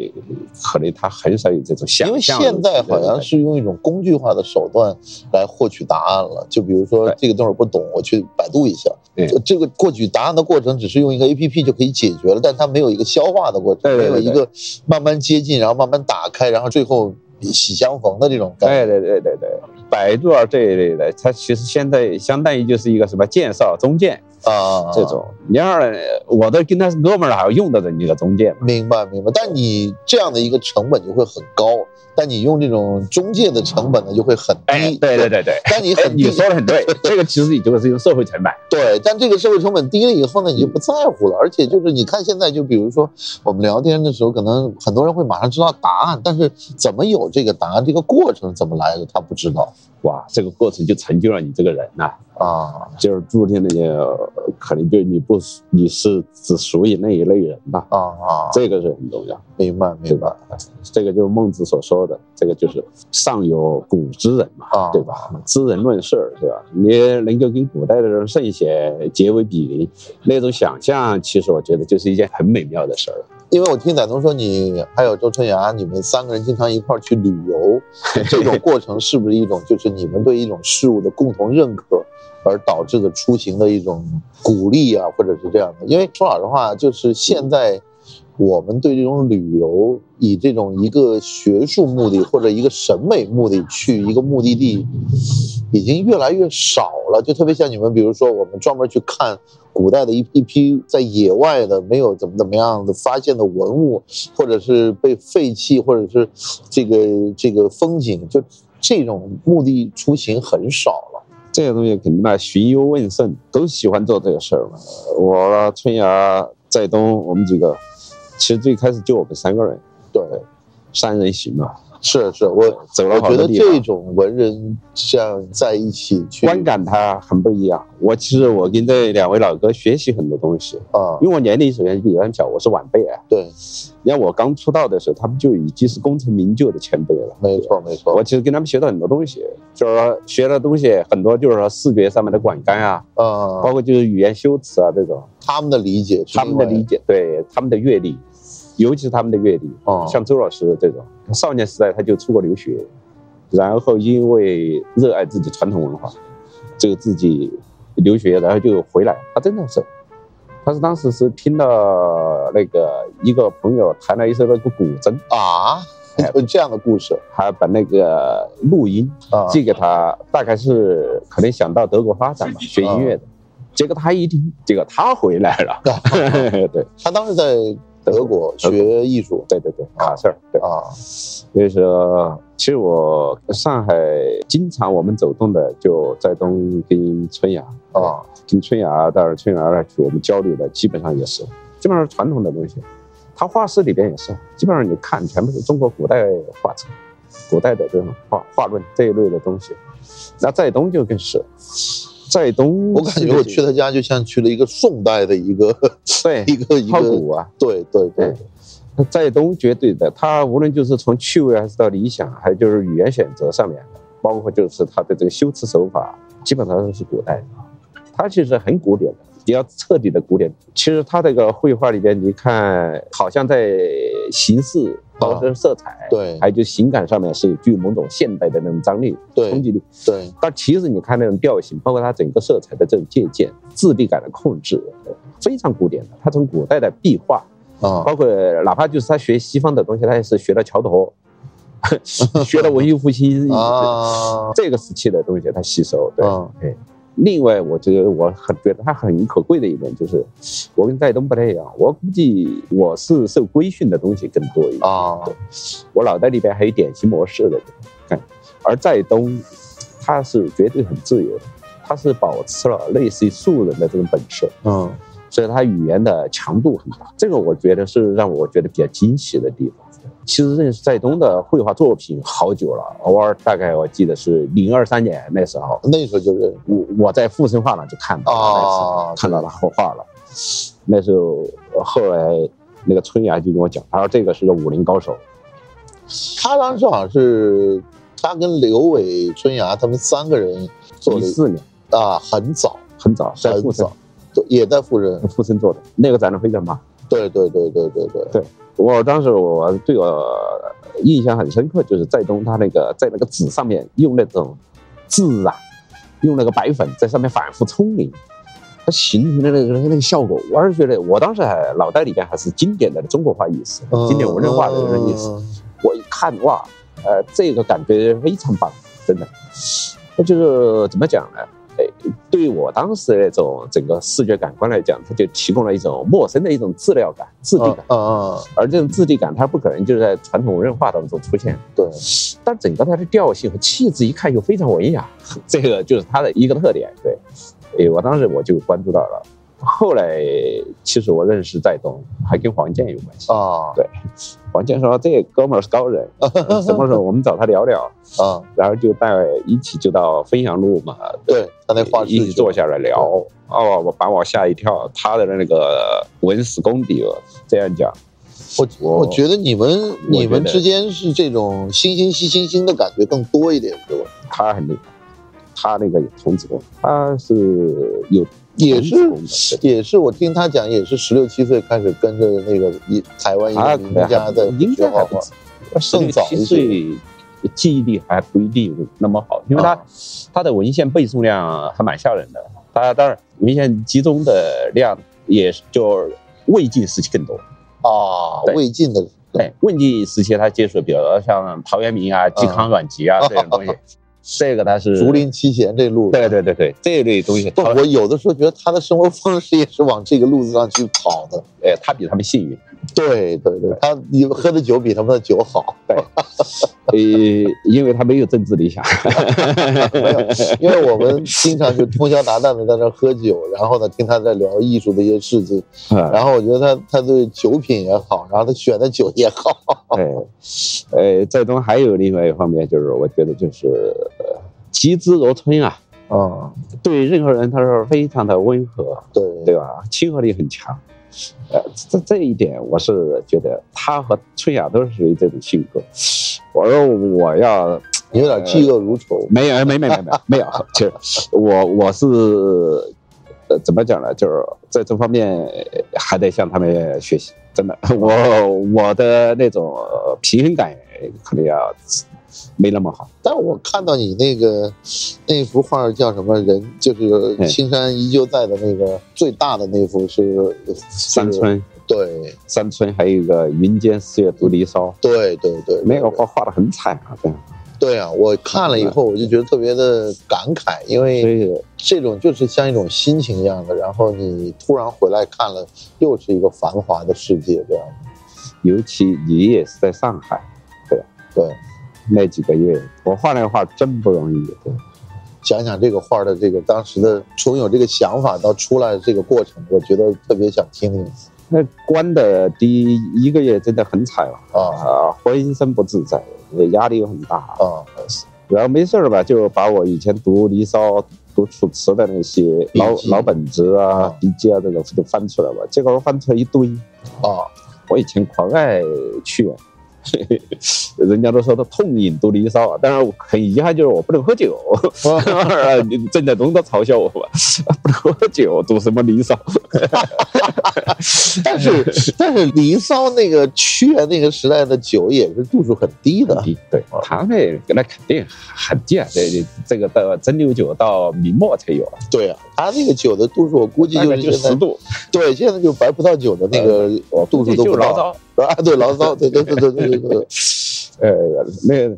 S4: 可能他很少有这种想
S1: 因为
S4: 象。
S1: 现在好像是用一种工具化的手段来获取答案了，就比如说
S4: 对
S1: 这个东西不懂，我去百度一下
S4: 对。
S1: 这这个获取答案的过程只是用一个 A P P 就可以解决了，但它没有一个消化的过程，
S4: 对
S1: 没
S4: 对
S1: 有
S4: 对
S1: 一个慢慢接近，然后慢慢打开，然后最后喜相逢的这种感觉。
S4: 对对对对对，百度啊这一类的，它其实现在相当于就是一个什么介绍中介。
S1: 啊，
S4: 这种。你要是我都跟他是哥们儿了，还要用到的你个中介嘛。
S1: 明白明白。但你这样的一个成本就会很高，但你用这种中介的成本呢就会很低。
S4: 哎，对对。对对，
S1: 但你
S4: 哎，
S1: 很
S4: 你
S1: 低，
S4: 说的很对， 这个其实也就是一个社会成本。
S1: 对，但这个社会成本低了以后呢，你就不在乎了。而且就是你看现在，就比如说我们聊天的时候，可能很多人会马上知道答案，但是怎么有这个答案，这个过程怎么来的，他不知道
S4: 哇，这个过程就成就了你这个人呐、
S1: 啊。
S4: 就是注定那些，呃可能就你不你是只属于那一类人吧，
S1: 啊啊，
S4: 这个是很重要，
S1: 明白
S4: 对
S1: 明白
S4: 吧？这个就是孟子所说的，这个就是上有古之人嘛，
S1: 啊，
S4: 对？吧？知人论事儿，对吧？你能够跟古代的人圣贤结为比邻，那种想象，其实我觉得就是一件很美妙的事儿。
S1: 因为我听仔东说你还有周春芽，你们三个人经常一块儿去旅游，这种过程是不是一种就是你们对一种事物的共同认可，而导致的出行的一种鼓励啊，或者是这样的？因为说老实话，就是现在我们对这种旅游以这种一个学术目的或者一个审美目的去一个目的地，已经越来越少了。就特别像你们，比如说我们专门去看古代的一一批在野外的没有怎么怎么样的发现的文物，或者是被废弃，或者是这个这个风景，就这种目的出行很少了。
S4: 这个东西肯定嘛，寻幽问胜都喜欢做这个事儿嘛。我春芽、在东，我们几个，其实最开始就我们三个人，
S1: 对，
S4: 三人行嘛，
S1: 是是，我
S4: 走
S1: 我
S4: 了好
S1: 觉
S4: 多
S1: 得
S4: 地
S1: 这
S4: 方，
S1: 种文人这样在一起去
S4: 观感它很不一样。我其实我跟这两位老哥学习很多东西，
S1: 啊，
S4: 因为我年龄首先比他们小，我是晚辈啊。
S1: 对，
S4: 你看我刚出道的时候，他们就已经是功成名就的前辈了。
S1: 没错没错
S4: 我，其实跟他们学到很多东西，就是说学的东西很多，就是说视觉上面的观感啊，
S1: 啊，
S4: 包括就是语言修辞啊这种。
S1: 他们的理解是
S4: 他们的
S1: 因为
S4: 理解，对他们的阅历，尤其是他们的阅历，
S1: 哦
S4: 像周老师这种，少年时代他就出国留学，然后因为热爱自己传统文化，就自己留学，然后就回来。他真的是，他是当时是听到那个一个朋友弹了一首那个古筝，
S1: 啊，
S4: 哎
S1: 有这样的故事
S4: 他把那个录音
S1: 啊，
S4: 寄给他，大概是可能想到德国发展吧，学音乐的。
S1: 啊
S4: 结果他一听，结果他回来 了。对对
S1: 他当时在德国学艺术
S4: 对对，卡事儿。对，
S1: 啊，
S4: 所以说，其实我上海经常我们走动的，就在东跟春芽
S1: 啊，
S4: 跟春芽到春芽那儿去，我们交流的基本上也是，基本上是传统的东西。他画室里边也是，基本上你看全部是中国古代画册、古代的这种画画论这一类的东西。那在东就更是，在东
S1: 我感觉我去他家就像去了一个宋代的一个
S4: 对
S1: 一个一
S4: 哎考
S1: 个，
S4: 古啊，
S1: 对对对
S4: 对，在东绝对的，他无论就是从趣味还是到理想，还有就是语言选择上面，包括就是他的这个修辞手法，基本上都是古代的。他其实很古典的，比较彻底的古典。其实他这个绘画里边，你看好像在形式、包括色彩，
S1: 对
S4: 还有就情感上面是具有某种现代的那种张力、
S1: 对
S4: 冲击力。
S1: 对，
S4: 但其实你看那种调性，包括它整个色彩的这种借鉴、质地感的控制，非常古典的。他从古代的壁画。
S1: 啊
S4: 包括哪怕就是他学西方的东西，他也是学了桥头， 学了文艺复兴
S1: 啊
S4: 这个时期的东西，他吸收。对，
S1: 啊
S4: 对。另外，我觉得我很觉得他很可贵的一点就是，我跟戴东不太一样，我估计我是受规训的东西更多一点。
S1: 啊
S4: 对我脑袋里边还有典型模式的，看，而在东，他是绝对很自由的，他是保持了类似于素人的这种本色。
S1: 嗯
S4: 所以它语言的强度很大。这个我觉得是让我觉得比较惊喜的地方。其实认识在东的绘画作品好久了，偶尔大概我记得是零二三年那时候，
S1: 那时候就是
S4: 我我在富春画廊就看到了那时候
S1: 啊
S4: 看到他画画了。那时候后来那个春芽就跟我讲，他说这个是个武林高手，
S1: 他当时好像是他跟刘伟、春芽他们三个人做
S4: 一
S1: 了
S4: 四年
S1: 啊，很早
S4: 很早在
S1: 很
S4: 富春
S1: 早，对，也在富人，
S4: 富春做的那个展览非常棒。
S1: 对对对对对对，
S4: 我当时我对我印象很深刻，就是在东他那个在那个纸上面用那种字啊，用那个白粉在上面反复冲淋，它形成的那个那个效果，我还是觉得我当时还脑袋里边还是经典的中国画意识，经典文人画的那种意识。
S1: 思，
S4: 我一看哇，呃，这个感觉非常棒，真的。那就是怎么讲呢？哎，对我当时那种整个视觉感官来讲，它就提供了一种陌生的一种质量感、质地感。
S1: 嗯嗯，
S4: 而这种质地感，它不可能就是在传统文人画当中出现。
S1: 对，
S4: 但整个它的调性和气质一看又非常文雅， 这个就是它的一个特点。对，诶，我当时我就关注到了。后来其实我认识戴东，还跟黄健有关系。
S1: 啊
S4: 对黄健说这哥们儿是高人， 什么时候我们找他聊聊？
S1: 啊，
S4: 然后就带一起就到汾阳路嘛，
S1: 对他那画室
S4: 一起坐下来聊。哦，我把我吓一跳，他的那个文史功底，哦这样讲。
S1: 我
S4: 我
S1: 我觉得你们
S4: 我觉得
S1: 你们之间是这种惺惺惜惺惺的感觉更多一点，对吧？
S4: 他很厉害，他那个有童子功，他是有
S1: 也
S4: 童子功的
S1: 是也是，我听他讲也是十六七岁开始跟着那个一台湾一
S4: 他
S1: 个
S4: 可
S1: 名
S4: 能
S1: 家
S4: 还
S1: 在
S4: 应
S1: 学
S4: 该
S1: 画
S4: 还不
S1: 画，
S4: 止，十
S1: 更
S4: 六
S1: 早
S4: 七
S1: 一
S4: 岁记忆力还不一定有那么好，因为他、
S1: 啊
S4: 他的文献背诵量还蛮吓人的，他当然文献集中的量也是就魏晋时期更多。
S1: 啊，
S4: 对
S1: 魏晋的
S4: 对，魏晋时期他接触，比如像陶渊明啊、嵇康、阮籍啊这种东西，这个他是
S1: 竹林七贤这路，
S4: 对对对对，这一类东西，
S1: 不，
S4: 陶
S1: 我有的时候觉得他的生活方式也是往这个路子上去跑的。
S4: 呃，他比他们幸运。
S1: 对对对，他你喝的酒比他们的酒好，
S4: 呃，因为他没有政治理想，
S1: 没有， 因为我们经常就通宵达旦的在那儿喝酒，然后呢听他在聊艺术的一些事 情，
S4: 哎
S1: 然后我觉得他他对酒品也好，然后他选的酒也 好，
S4: 呃，呃，在东还有另外一方面，就是我觉得就是呃集之柔春啊，
S1: 嗯，
S4: 对任何人他是非常的温和，
S1: 对
S4: 对吧？亲和力很强。呃，这这一点我是觉得他和春雅都是属于这种性格。我说我要
S1: 你有点嫉恶如仇，
S4: 没有，没没没没没有， 就是我我是呃怎么讲呢？就是在这方面呃还得向他们学习，真的， 我我的那种呃平衡感可能要没那么好。
S1: 但我看到你那个那幅画叫什么人，就是
S4: 嗯
S1: 青山依旧在的那个最大的那幅是
S4: 山，村
S1: 对
S4: 山村还有一个《云间四月独离骚》，
S1: 对对对，
S4: 那个画画的很惨啊，这样，
S1: 对啊，我看了以后我就觉得特别的感慨，因
S4: 所
S1: 为
S4: 以
S1: 这种就是像一种心情一样的，然后你突然回来看了，又是一个繁华的世界这样。
S4: 尤其你也是在上海
S1: 对，
S4: 那几个月，我画那个画真不容易，对，
S1: 讲讲这个画的这个当时的从有这个想法到出来这个过程，我觉得特别想听听
S4: 那关的第一个月真的很惨啊，
S1: 啊
S4: 啊，浑身不自在，也压力又很大，
S1: 啊
S4: 然后没事儿吧，就把我以前读《离骚》、读《楚辞》的那些
S1: 笔
S4: 老
S1: 记
S4: 老本子啊
S1: 啊、
S4: 笔记啊这种就翻出来吧，结果翻出来一堆，
S1: 啊！
S4: 我以前狂爱去玩。嘿嘿 人家都说他痛饮毒离骚，啊，但是我很遗憾，就是我不能喝酒。你郑振东都嘲笑我吧，不能喝酒，读什么离骚？
S1: 但是但是《离骚》那个阙那个时代的酒也是度数很低的，
S4: 对，他们那肯定很低啊，这这这个到蒸馏酒到明末才有啊，
S1: 对啊，他那个酒的度数我估计
S4: 大概
S1: 是
S4: 就
S1: 现在
S4: 十度，
S1: 对，现在就白葡萄酒的那个度数都
S4: 就
S1: 不
S4: 醪
S1: 到
S4: 糟。
S1: 啊，对醪糟，对对对对对对对，
S4: 呃，那个，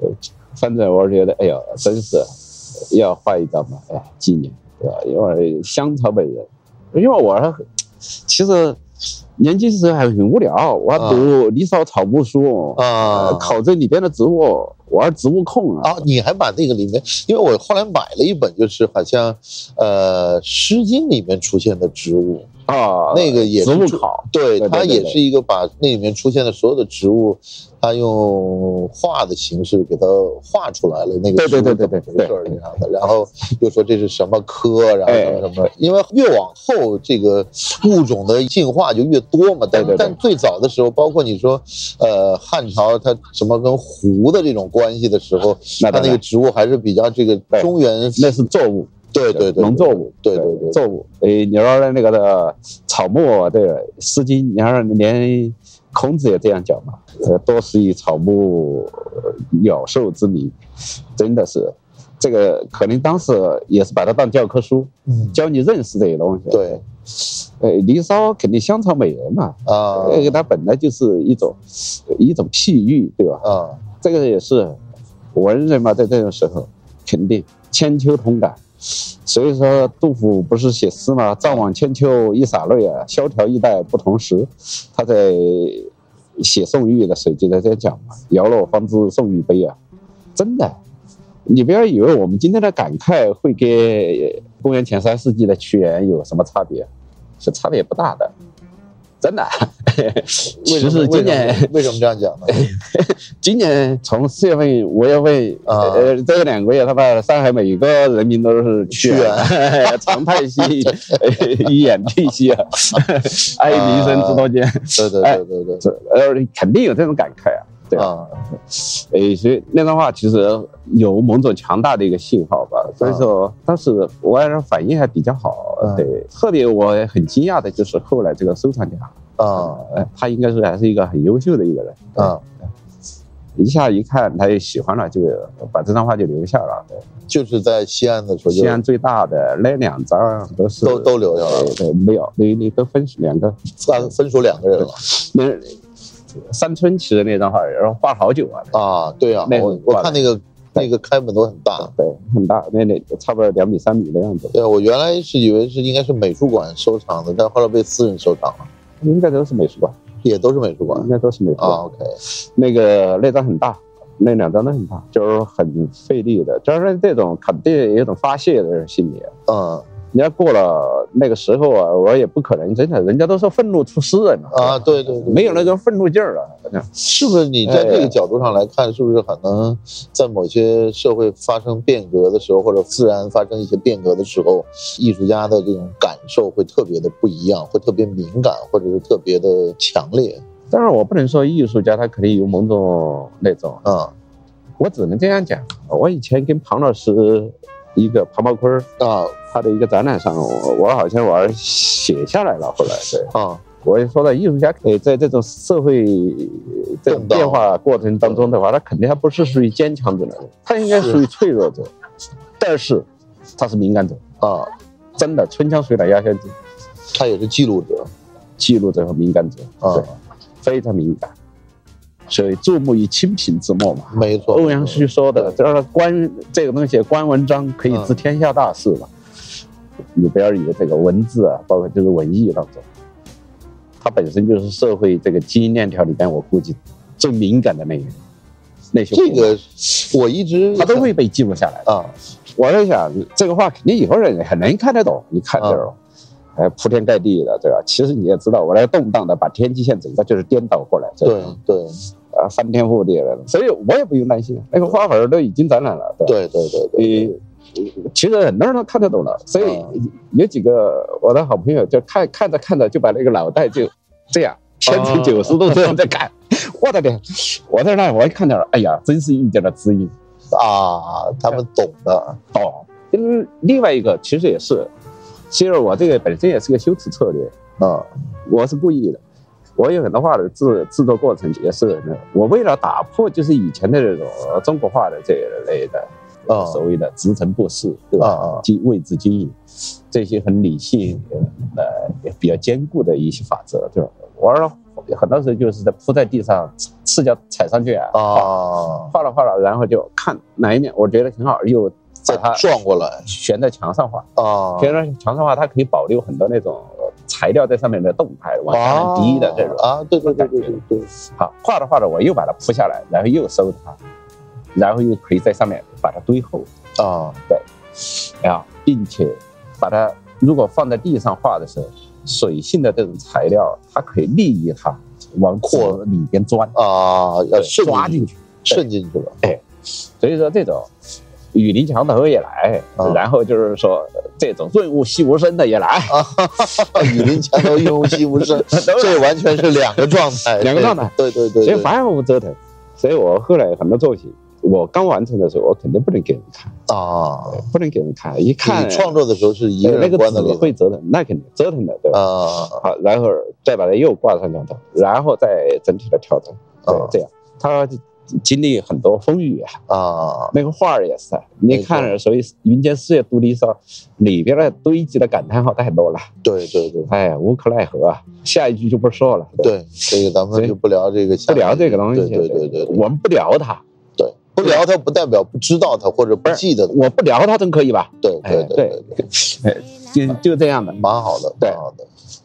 S4: 呃，反正我觉得，哎呀，真是要画一张嘛，哎呀，纪念，对吧？因为香草美人，因为我还其实年轻时候还很无聊，我还读《离骚草木书》
S1: 啊
S4: 呃考证里边的植物，我还植物控啊，
S1: 啊，你还把那个里面，因为我后来买了一本，就是好像呃《诗经》里面出现的植物，
S4: 啊，
S1: 那个也是
S4: 植物
S1: 注
S4: 考，
S1: 对，
S4: 对对
S1: 它
S4: 对
S1: 也
S4: 对
S1: 是一个把那里面出现的所有的植物，它用画的形式给它画出来了，那个
S4: 对
S1: 植
S4: 对
S1: 物
S4: 对
S1: 怎么回
S4: 对对哎
S1: 事儿那样的，然后又说这是什么科，然后什么什么，因为越往后这个物种的进化就越多嘛，但
S4: 对对对
S1: 但最早的时候，包括你说，呃，汉朝它什么跟湖的这种关系的时候，
S4: 那
S1: 它
S4: 当
S1: 那个
S4: 然
S1: 植物还是比较这个
S4: 对
S1: 中原，
S4: 那是作物，
S1: 对对对，
S4: 农作物，
S1: 对对对
S4: 作物。诶，你说的那个的草木，啊对，《诗经》，你看连孔子也这样讲嘛，呃，多识以草木、呃鸟兽之名，真的是。这个可能当时也是把它当教科书，
S1: 嗯
S4: 教你认识这些东西。
S1: 对，
S4: 呃，离骚肯定香草美人嘛，
S1: 啊
S4: 这个它本来就是一种一种譬喻，对吧？
S1: 啊
S4: 这个也是文人嘛，在这种时候肯定千秋同感。所以说，杜甫不是写诗嘛，“怅惘千秋一洒泪啊，萧条一代不同时。”他在写宋玉的时候就在这讲嘛，“摇落方知宋玉悲啊。”真的，你不要以为我们今天的感慨会跟公元前三世纪的屈原有什么差别，是差别不大的，真的。
S1: 为
S4: 其
S1: 什么
S4: 实今
S1: 为
S4: 年
S1: 什么为什么这样 讲呢？
S4: 今年从四月份、五月份，
S1: 啊
S4: 呃，这两个月，他把上海每个人民都是屈
S1: 屈啊
S4: 原， 常叹息，一眼涕兮 啊，哀民生之多艰，
S1: 对对对对对。
S4: 这呃，肯定有这种感慨啊，对吧？
S1: 啊，
S4: 诶，所以那段话其实有某种强大的一个信号
S1: 啊
S4: 吧，所以说当时我还是反应还比较好
S1: 啊，
S4: 对，特别我很惊讶的就是后来这个收藏家，
S1: 啊
S4: 呃，他应该是还是一个很优秀的一个人，
S1: 啊！
S4: 一下一看他就喜欢了，就把这张画就留下了。对
S1: 就是在西安的时候就，
S4: 西安最大的那两张都是
S1: 都都留下了
S4: 对对，没有，那那都分两个。
S1: 分分属两个人了
S4: 那山村其实那张画，然后画好久啊，
S1: 啊！对啊，
S4: 那个
S1: 我我看那个那个开本都很大。
S4: 对，很大，那那差不多两米三米的样子，
S1: 对啊，我原来是以为是应该是美术馆收藏的，但后来被私人收藏了，
S4: 应该都是美术馆，
S1: 也都是美术馆
S4: 应该都是美术
S1: 啊。
S4: 馆。
S1: OK，
S4: 那个那张很大，那两张都很大，就是很费力的，就是这种肯定有一种发泄的心理。
S1: 嗯
S4: 你要过了那个时候啊，我也不可能真的，人家都说愤怒出诗人了
S1: 啊，对对对，
S4: 没有那种愤怒劲儿了。
S1: 是不是你在这个角度上来看，是不是可能在某些社会发生变革的时候，或者自然发生一些变革的时候，艺术家的这种感受会特别的不一样，会特别敏感，或者是特别的强烈
S4: 当然，我不能说艺术家他肯定有某种那种，
S1: 啊
S4: 我只能这样讲。我以前跟庞老师一个庞宝坤儿
S1: 啊
S4: 他的一个展览上，我我好像我还写下来了。后来，对
S1: 啊！
S4: 我也说了，艺术家呃，在这种社会呃这种
S1: 动荡
S4: 变化过程当中的话，他肯定还不是属于坚强者，他应该
S1: 是
S4: 属于脆弱者，但是他是敏感者，
S1: 啊，
S4: 真的，春江水暖鸭先知。
S1: 他也是记录者
S4: 记录这种敏感者，
S1: 啊
S4: 对，非常敏感，所以注目于清平之末嘛。
S1: 没错，
S4: 欧阳修说的，
S1: 对
S4: 就是官这个东西，官文章可
S1: 啊
S4: 以知天下大事嘛。你不要以为这个文字啊，包括就是文艺当中，它本身就是社会这个基因链条里边，我估计最敏感的那个那些部
S1: 这
S4: 分，
S1: 个我一直
S4: 它都会被记录下来的。
S1: 啊，
S4: 我在想，这个话肯定以后人很难看得懂，你看这
S1: 啊
S4: 种，哎，铺天盖地的，对吧？其实你也知道，我来动荡的把天际线整个就是颠倒过来，对吧
S1: 对对
S4: 啊，翻天覆地的，所以我也不用担心，那个花纹都已经展览了，对吧？
S1: 对对对对，
S4: 对，其实很多人都看得懂了，所以
S1: 啊
S4: 有几个我的好朋友就看看着看着就把那个脑袋就这样偏成九十度这样在看， 我的天！我在那我一看到了，哎呀，真是遇见了知音，
S1: 啊，他们懂的，
S4: 懂。嗯，另外一个其实也是，其实我这个本身也是个修辞策略，
S1: 啊，
S4: 我是故意的。我有很多画的制制作过程也是，我为了打破就是以前的这种呃中国画的这一类的，
S1: 啊
S4: 所谓的职臣布事，对吧？
S1: 啊啊
S4: 经位置经营，这些很理性，呃，也比较坚固的一些法则，对吧？我让很多时候就是在铺在地上，赤脚踩上去啊，
S1: 啊，
S4: 画了画了，然后就看哪一面我觉得挺好，又把
S1: 再
S4: 它
S1: 转过来
S4: 悬在墙上画。
S1: 啊，
S4: 所以说墙上画它可以保留很多那种呃材料在上面的动态，往下面滴的这种。
S1: 哦啊，对对对对对对，
S4: 好，画着画着我又把它铺下来，然后又收它，然后又可以在上面把它堆厚，
S1: 啊，
S4: 啊，并且把它如果放在地上画的时候，水性的这种材料它可以利于它往扩里边钻，
S1: 啊，要
S4: 对
S1: 渗
S4: 抓进
S1: 去，
S4: 去。
S1: 渗进去了
S4: 所以说这种。雨林墙头也来，
S1: 啊
S4: 然后就是说这种润物细无声的也来，
S1: 啊！哈哈哈雨林墙头一无细无声，这完全是两个状态，
S4: 两个状态
S1: 对对对，
S4: 所
S1: 对
S4: 以反而我折腾。所以我后来很多作品，我刚完成的时候，我肯定不能给人看，
S1: 啊，
S4: 不能给人看，一看
S1: 你创作的时候是一
S4: 对
S1: 个
S4: 那
S1: 人
S4: 个
S1: 关的
S4: 纸会折腾，那肯定折腾的，对吧？
S1: 啊
S4: 好，然后再把它又挂上墙头，然后再整体的调整，
S1: 啊
S4: 对，这样它经历很多风雨啊。
S1: 啊，
S4: 那个画儿也是，
S1: 没
S4: 你
S1: 错
S4: 看了，所以《民间世界独立说》里边的堆积的感叹号太多了，
S1: 对对对
S4: 哎，无可奈何啊。下一句就不说了，吧，
S1: 对，这个咱们就不聊这个，
S4: 不聊这个东西，
S1: 对对对对
S4: 我们不聊它，
S1: 对，不聊它不代表不知道它或者不记得它，
S4: 我不聊它总可以吧？
S1: 对
S4: 哎
S1: 对对对，
S4: 哎，就就这样的。
S1: 蛮好的，
S4: 对
S1: 蛮好的，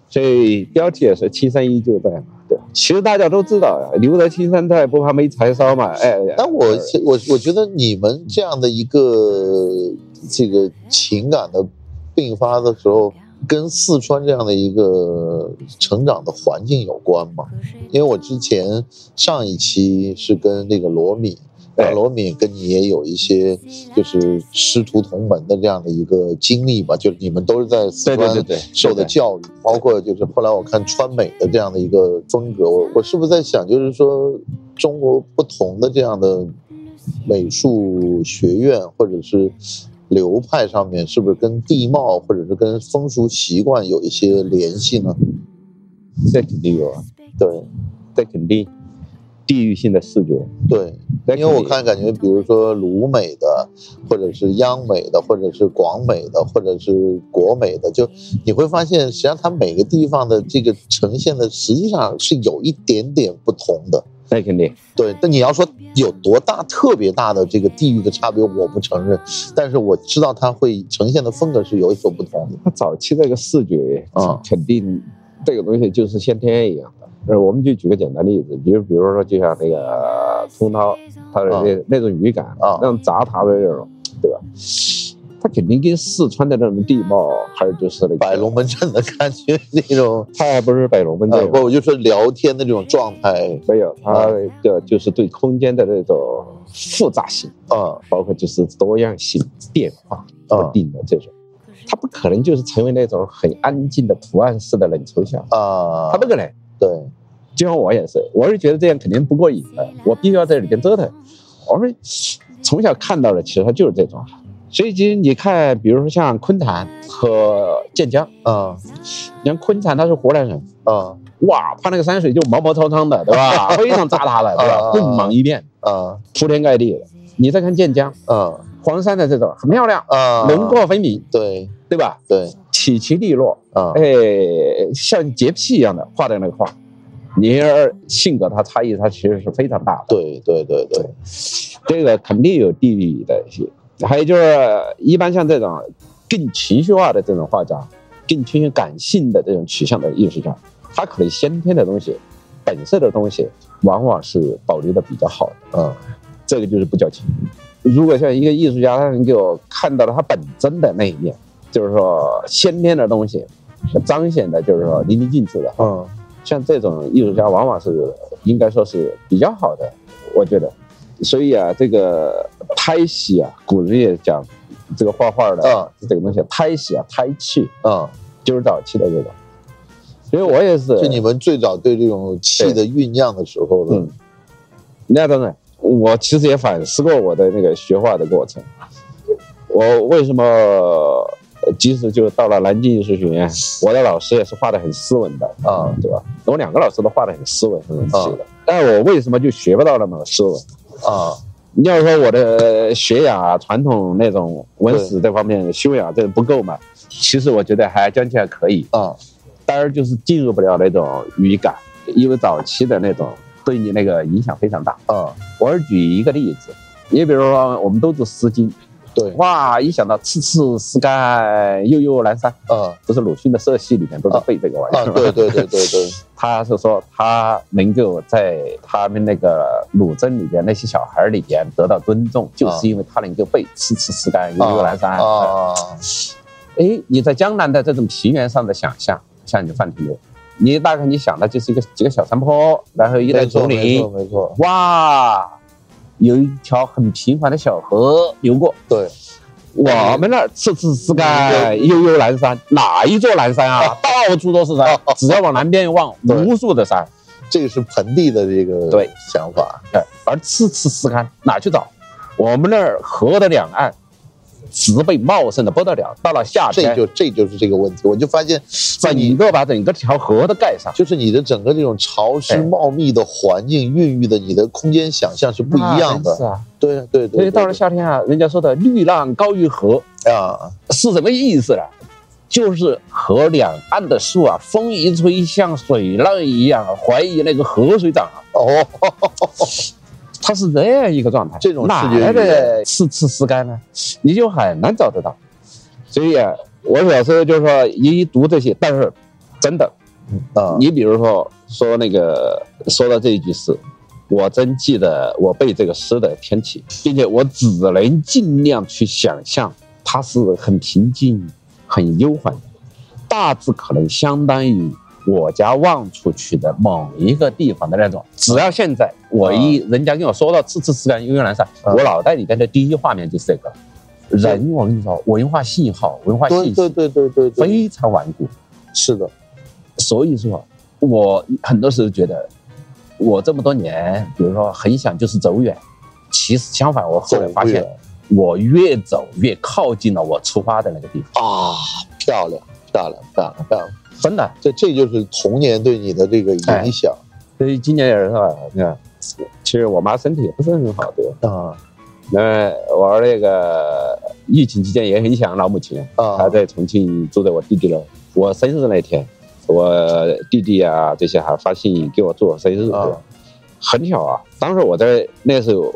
S4: 所以标题也是“七三一就在”嘛，对。其实大家都知道呀，留得青山在，不怕没柴烧嘛。哎，
S1: 嗯但我我我觉得你们这样的一个这个情感的并发的时候，跟四川这样的一个成长的环境有关吗？因为我之前上一期是跟那个罗敏，
S4: 对
S1: 然后罗敏跟你也有一些就是师徒同门的这样的一个经历吧，就是你们都是在四
S4: 对对对
S1: 川
S4: 对，
S1: 受的教育，包括就是后来我看川美的这样的一个风格，我我是不是在想，就是说中国不同的这样的美术学院或者是流派上面，是不是跟地貌或者是跟风俗习惯有一些联系呢？
S4: 这肯定有啊，
S1: 对
S4: 这肯定地域性的视觉。
S1: 对，
S4: 这肯
S1: 因
S4: 定
S1: 为我看感觉，比如说鲁美的，或者是央美的，或者是广美的，或者是国美的，就你会发现，实际上它每个地方的这个呈现的，实际上是有一点点不同的。
S4: 那肯定
S1: 对，但你要说有多大特别大的这个地域的差别，我不承认，但是我知道它会呈现的风格是有所不同的。
S4: 它早期这个视觉
S1: 嗯
S4: 肯定这个东西就是先天一样的。呃，我们就举个简单例子，比如比如说，就像那个洪涛，他的那、那种语感
S1: 啊
S4: 那种杂沓的那种，对吧？他肯定跟四川的那种地貌，还有就是那个
S1: 摆龙门阵的感觉，那种
S4: 他还不是摆龙门阵
S1: 呃，
S4: 吗
S1: 不，我就说聊天的这种状态
S4: 没有，它的就是对空间的那种复杂性，
S1: 啊
S4: 包括就是多样性、变化、
S1: 啊
S4: 不定的这种，它不可能就是成为那种很安静的图案式的冷抽象，
S1: 啊，
S4: 它不可能。
S1: 对
S4: 就像我也是，我是觉得这样肯定不过瘾的，我必须要在里边折腾。我们从小看到的其实它就是这种，所以其实你看，比如说像昆坦和建江，
S1: 啊
S4: 你看昆坦他是湖南人，
S1: 啊
S4: 哇，他那个山水就毛毛糙糙的，对 吧？非常杂沓的，对
S1: 啊
S4: 吧？棍芒一面。
S1: 啊
S4: 铺天盖地的。你再看建江、
S1: 啊
S4: 黄山的这种，很漂亮，
S1: 啊，
S4: 轮廓分明，
S1: 对
S4: 对吧？
S1: 对
S4: 起其利落，
S1: 啊，
S4: 哎，像洁癖一样的画在那个画，你要性格它差异它其实是非常大的。
S1: 对对对对，
S4: 这个肯定有地域的一些。还有就是，一般像这种更情绪化的这种画家，更倾向感性的这种取向的艺术家，他可能先天的东西、本色的东西，往往是保留的比较好的。
S1: 嗯，
S4: 这个就是不叫情。如果像一个艺术家，他能够看到了他本真的那一面，就是说先天的东西，彰显的就是说淋漓尽致的。
S1: 嗯，
S4: 像这种艺术家，往往是应该说是比较好的，我觉得。所以啊，这个胎息啊，古人也讲这个画画的、
S1: 啊
S4: 这个东西，胎息啊，胎气，
S1: 啊，
S4: 就是早期的这种。所以我也是，
S1: 就你们最早对这种气的酝酿的时候呢
S4: 嗯，，那当然，我其实也反思过我的那个学画的过程。我为什么呃即使就到了南京艺术学院，我的老师也是画的很斯文的
S1: 啊，
S4: 对吧？我两个老师都画的很斯文，很文气的，但我为什么就学不到那么斯文？
S1: 啊，
S4: 你要说我的学养、传统那种文史这方面修养这不够嘛？其实我觉得还将近还可以，
S1: 啊，
S4: 当然就是进入不了那种语感，因为早期的那种对你那个影响非常大。
S1: 啊，
S4: 我是举一个例子，你比如说我们都读《诗经》，
S1: 对，
S4: 哇，一想到“次次思干，悠悠南山
S1: 啊”，
S4: 不是鲁迅的社戏里面都是背这个玩意
S1: 啊
S4: 儿，吗？
S1: 对对对对 对，
S4: 他是说他能够在他们那个鲁镇里边那些小孩里边得到尊重，就是因为他能够背“次次思干，悠悠南山”。
S1: 啊，
S4: 哎，你在江南的这种平原上的想象，像你范庭，你大概你想的就是一个几个小山坡，然后一带
S1: 没
S4: 竹
S1: 错没错
S4: 林，
S1: 没错，
S4: 哇，有一条很平缓的小河流过。
S1: 对，
S4: 我们那儿次次是干悠悠南山，哪一座南山 啊？到处都是山，只要往南边望，
S1: 对
S4: 无数的山。
S1: 这个是盆地的这个
S4: 对
S1: 想法，
S4: 哎，而次次是干哪去找？我们那儿河的两岸植被茂盛的不得了，到了夏
S1: 这
S4: 天，
S1: 就这就是这个问题，我就发现在你
S4: 整个把整个条河都盖上。
S1: 就是你的整个这种潮湿
S4: 哎
S1: 茂密的环境孕育的你的空间想象是不一样
S4: 那真是
S1: 的，
S4: 啊！
S1: 对对对对，
S4: 所以到了夏天啊，人家说的“绿浪高于河”，
S1: 啊，
S4: 是什么意思呢？就是河两岸的树啊，风一吹像水浪一样，怀疑那个河水涨啊，
S1: 哦，
S4: 它是这样一个状态。
S1: 这种
S4: 哪
S1: 视觉
S4: 来
S1: 语
S4: 的
S1: 言
S4: 刺刺丝干呢？你就很难找得到。所以啊，我有时候就说一读这些，但是真的，
S1: 啊，
S4: 你比如说说那个说到这一句诗，我真记得我背这个诗的天气，并且我只能尽量去想象它是很平静、很悠缓的，大致可能相当于我家望出去的某一个地方的那种。只要现在我一、
S1: 啊
S4: 人家跟我说到次次次干悠悠南山，
S1: 嗯
S4: 我脑袋里边的第一画面就是这个。人，我跟你说，文化信号、文化
S1: 对
S4: 信
S1: 对
S4: 息
S1: 对对对对，
S4: 非常顽固。
S1: 是的，
S4: 所以说，我很多时候觉得，我这么多年，比如说很想就是走远，其实相反，我后来发现
S1: 走不，
S4: 我越走越靠近了我出发的那个地方，
S1: 啊，漂亮漂亮漂亮漂亮，
S4: 真的。
S1: 这这就是童年对你的这个影响
S4: 所以今年也是吧，你看，其实我妈身体也不是很好，对吧？
S1: 啊
S4: 那我那个疫情期间也很想老母亲，
S1: 啊
S4: 她在重庆住在我弟弟那儿。我生日那天，我弟弟啊这些还发信给我祝我生日，对吧
S1: 啊
S4: 很巧啊，当时我在那时候，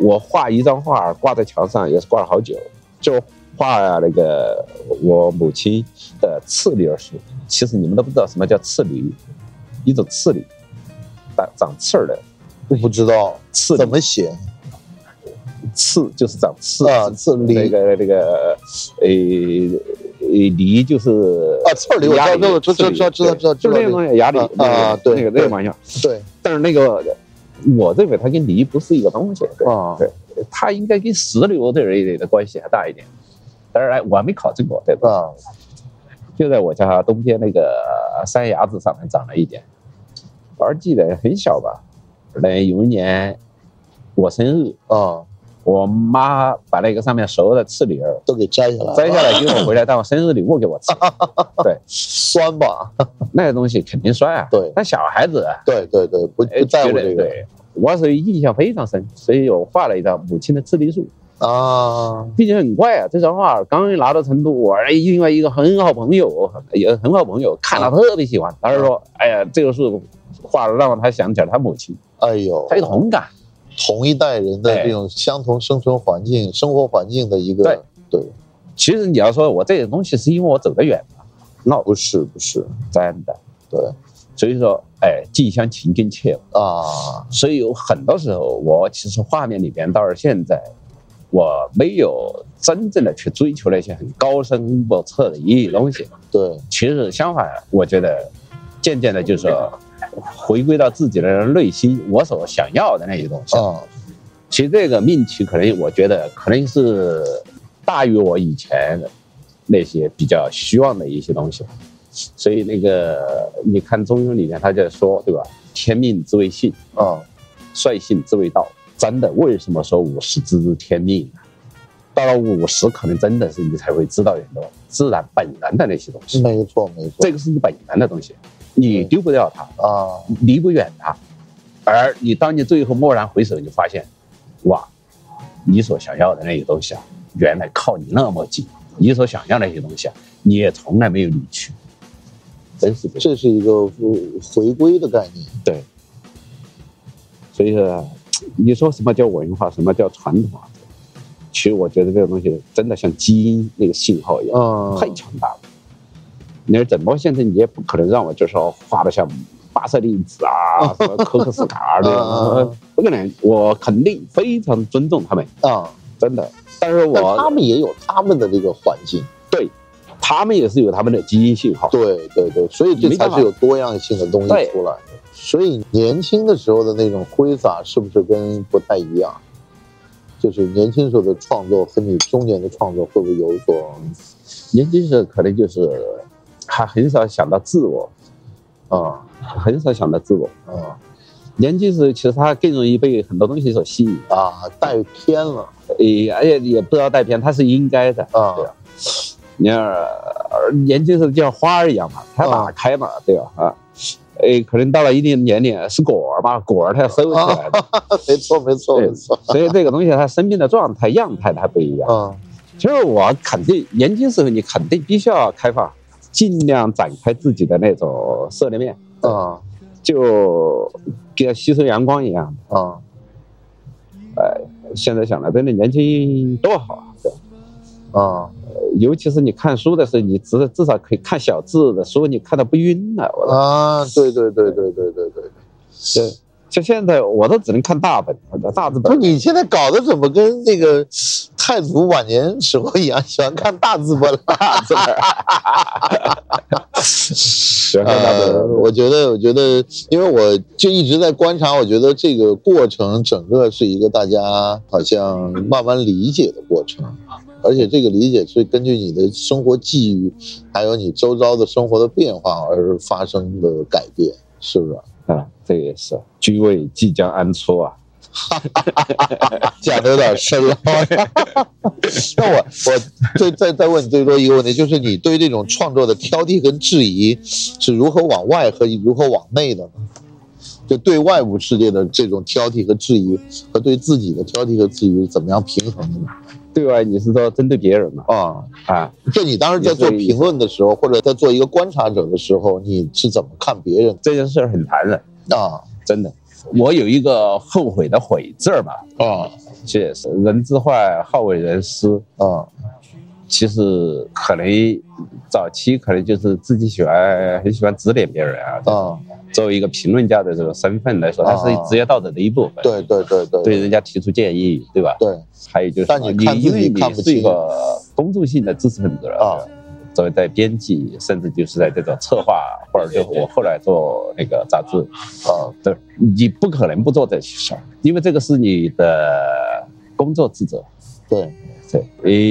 S4: 我画一张画挂在墙上，也是挂了好久，就画那个我母亲的刺梨儿树。其实你们都不知道什么叫刺梨，一种刺梨，长长刺儿的
S1: 不知道
S4: 刺
S1: 怎么写
S4: 刺就是长刺
S1: 啊刺梨
S4: 那个那个呃呃梨就是
S1: 啊刺儿梨我知道知道
S4: 芽
S1: 知道知道知道
S4: 对就是那个东西芽梨
S1: 啊
S4: 那个
S1: 啊对
S4: 那个那
S1: 对
S4: 个玩意儿。
S1: 对
S4: 但是那个我认为它跟梨不是一个东西，对
S1: 啊
S4: 对，它应该跟石榴这一类的关系还大一点。当然，我还没考证过，对吧？
S1: 啊
S4: 就在我家东边那个山崖子上面长了一点，我还记得很小吧。那有一年我生日，
S1: 啊，
S4: 我妈把那个上面熟的刺梨儿
S1: 都给摘下来了，
S4: 摘下来给我回来当我生日礼物给 我吃。对，
S1: 酸吧？
S4: 那个东西肯定酸啊。
S1: 对
S4: 但小孩子啊
S1: 对对对，不
S4: 哎
S1: 不在乎
S4: 绝对
S1: 这个
S4: 对，我所以印象非常深，所以我画了一张母亲的刺梨树，
S1: 啊，
S4: 毕竟很快啊，这小画刚一拿到成都，我另外一个很好朋友也很好朋友
S1: 啊
S4: 看了特别喜欢，他就说：“哎呀，这个是画让他想起来他母亲，
S1: 哎呦，
S4: 他有同感。
S1: 同一代人的这种相同生存环
S4: 哎
S1: 境、生活环境的一个对，
S4: 其实你要说我这个东西是因为我走得远了，那
S1: 不是不是，
S4: 真的。
S1: 对
S4: 所以说，哎，近乡情更怯。
S1: 啊，
S4: 所以有很多时候，我其实画面里边到了现在，我没有真正的去追求那些很高深莫测的意义东西。
S1: 对
S4: 其实相反，我觉得渐渐的，就是说回归到自己的内心，我所想要的那些东西。
S1: 啊，
S4: 其实这个命题，可能我觉得可能是大于我以前那些比较虚妄的一些东西。所以那个你看中庸里面他就说，对吧？天命之谓性，
S1: 啊，
S4: 率性之谓道。真的，为什么说五十知之天命啊？到了五十，可能真的是你才会知道很多自然本然的那些东西。
S1: 没错嗯没错
S4: 这个是你本源的东西，你丢不掉它，
S1: 啊，
S4: 离不远它。而你当你最后蓦然回首，你发现，哇，你所想要的那些东西啊，原来靠你那么近。你所想要的那些东西啊，你也从来没有理去，真是这样。
S1: 这是一个呃回归的概念，
S4: 对。所以说，你说什么叫文化，什么叫传统啊？其实我觉得这个东西真的像基因那个信号一样。
S1: 嗯，
S4: 太强大了。你说怎么现在你也不可能让我就是说画的像巴塞利子啊、什么科克斯卡啊这
S1: 嗯嗯嗯
S4: 种，不可能。我肯定非常尊重他们，
S1: 啊，
S4: 真的。但是
S1: 但
S4: 我
S1: 他们也有他们的这个环境，
S4: 对他们也是有他们的基因信号。
S1: 对对对，所以这才是有多样性的东西
S4: 对
S1: 出来的。所以年轻的时候的那种挥洒，是不是跟不太一样？就是年轻时候的创作和你中年的创作会不会有所
S4: 年轻时候可能就是还很少想到自我，
S1: 啊
S4: 很少想到自我。
S1: 啊
S4: 年轻时候其实他更容易被很多东西所吸引，
S1: 啊带偏了
S4: 也而且也不知道带偏，他是应该的。
S1: 啊
S4: 对啊你看，呃年轻时候就像花儿一样嘛，它打开嘛，对吧？啊，哎，可能到了一定年龄是果儿嘛，果儿它收起来的，
S1: 没错没错
S4: 对
S1: 没错
S4: 所以这个东西它生命的状态、样态它不一样。
S1: 啊
S4: 其实我肯定年轻时候你肯定必须要开放，尽量展开自己的那种涉猎面，
S1: 啊
S4: 就跟吸收阳光一样。
S1: 啊
S4: 现在想来，真的年轻多好啊！对吧
S1: 啊
S4: 尤其是你看书的时候，你至至少可以看小字的书，你看的不晕了。我操！
S1: 啊！对对对对对对对
S4: 对，就现在我都只能看大本，大 字
S1: 不是
S4: 本。
S1: 你现在搞得怎么跟那个太祖晚年时候一样，喜欢看大字本了？
S4: 喜欢看大
S1: 呃，
S4: 本，
S1: 我觉得，我觉得，因为我就一直在观察，我觉得这个过程整个是一个大家好像慢慢理解的过程，而且这个理解是根据你的生活际遇，还有你周遭的生活的变化而发生的改变，是不是？
S4: 啊，这个也是。居位即将安出啊，
S1: 讲的有点深 了。那我我最再再问你最多一个问题，就是你对这种创作的挑剔跟质疑是如何往外和如何往内的呢？就对外部世界的这种挑剔和质疑，和对自己的挑剔和质疑是怎么样平衡的呢？
S4: 对外你是说针对别人嘛？
S1: 啊，
S4: 啊，
S1: 就你当时在做评论的时候，或者在做一个观察者的时候，你是怎么看别人
S4: 这件事儿很残忍，
S1: 的？啊
S4: 真的。我有一个后悔的悔字儿嘛，
S1: 啊
S4: 这也是人之坏，好为人师。
S1: 啊
S4: 其实可能早期可能就是自己喜欢，很喜欢指点别人啊。
S1: 啊！
S4: 作为一个评论家的这种身份来说，它是职业道德的一部分。
S1: 对对对对
S4: 对人家提出建议，对吧？
S1: 对
S4: 还有就是
S1: 但
S4: 说，
S1: 你看
S4: 因
S1: 自己
S4: 为你
S1: 看不
S4: 是一
S1: 清
S4: 个公众性的知识分子了，
S1: 啊
S4: 对吧作为在编辑，甚至就是在这种策划，或者就我后来做那个杂志，
S1: 啊
S4: 对，你不可能不做这些事儿，因为这个是你的工作职责。
S1: 对
S4: 对，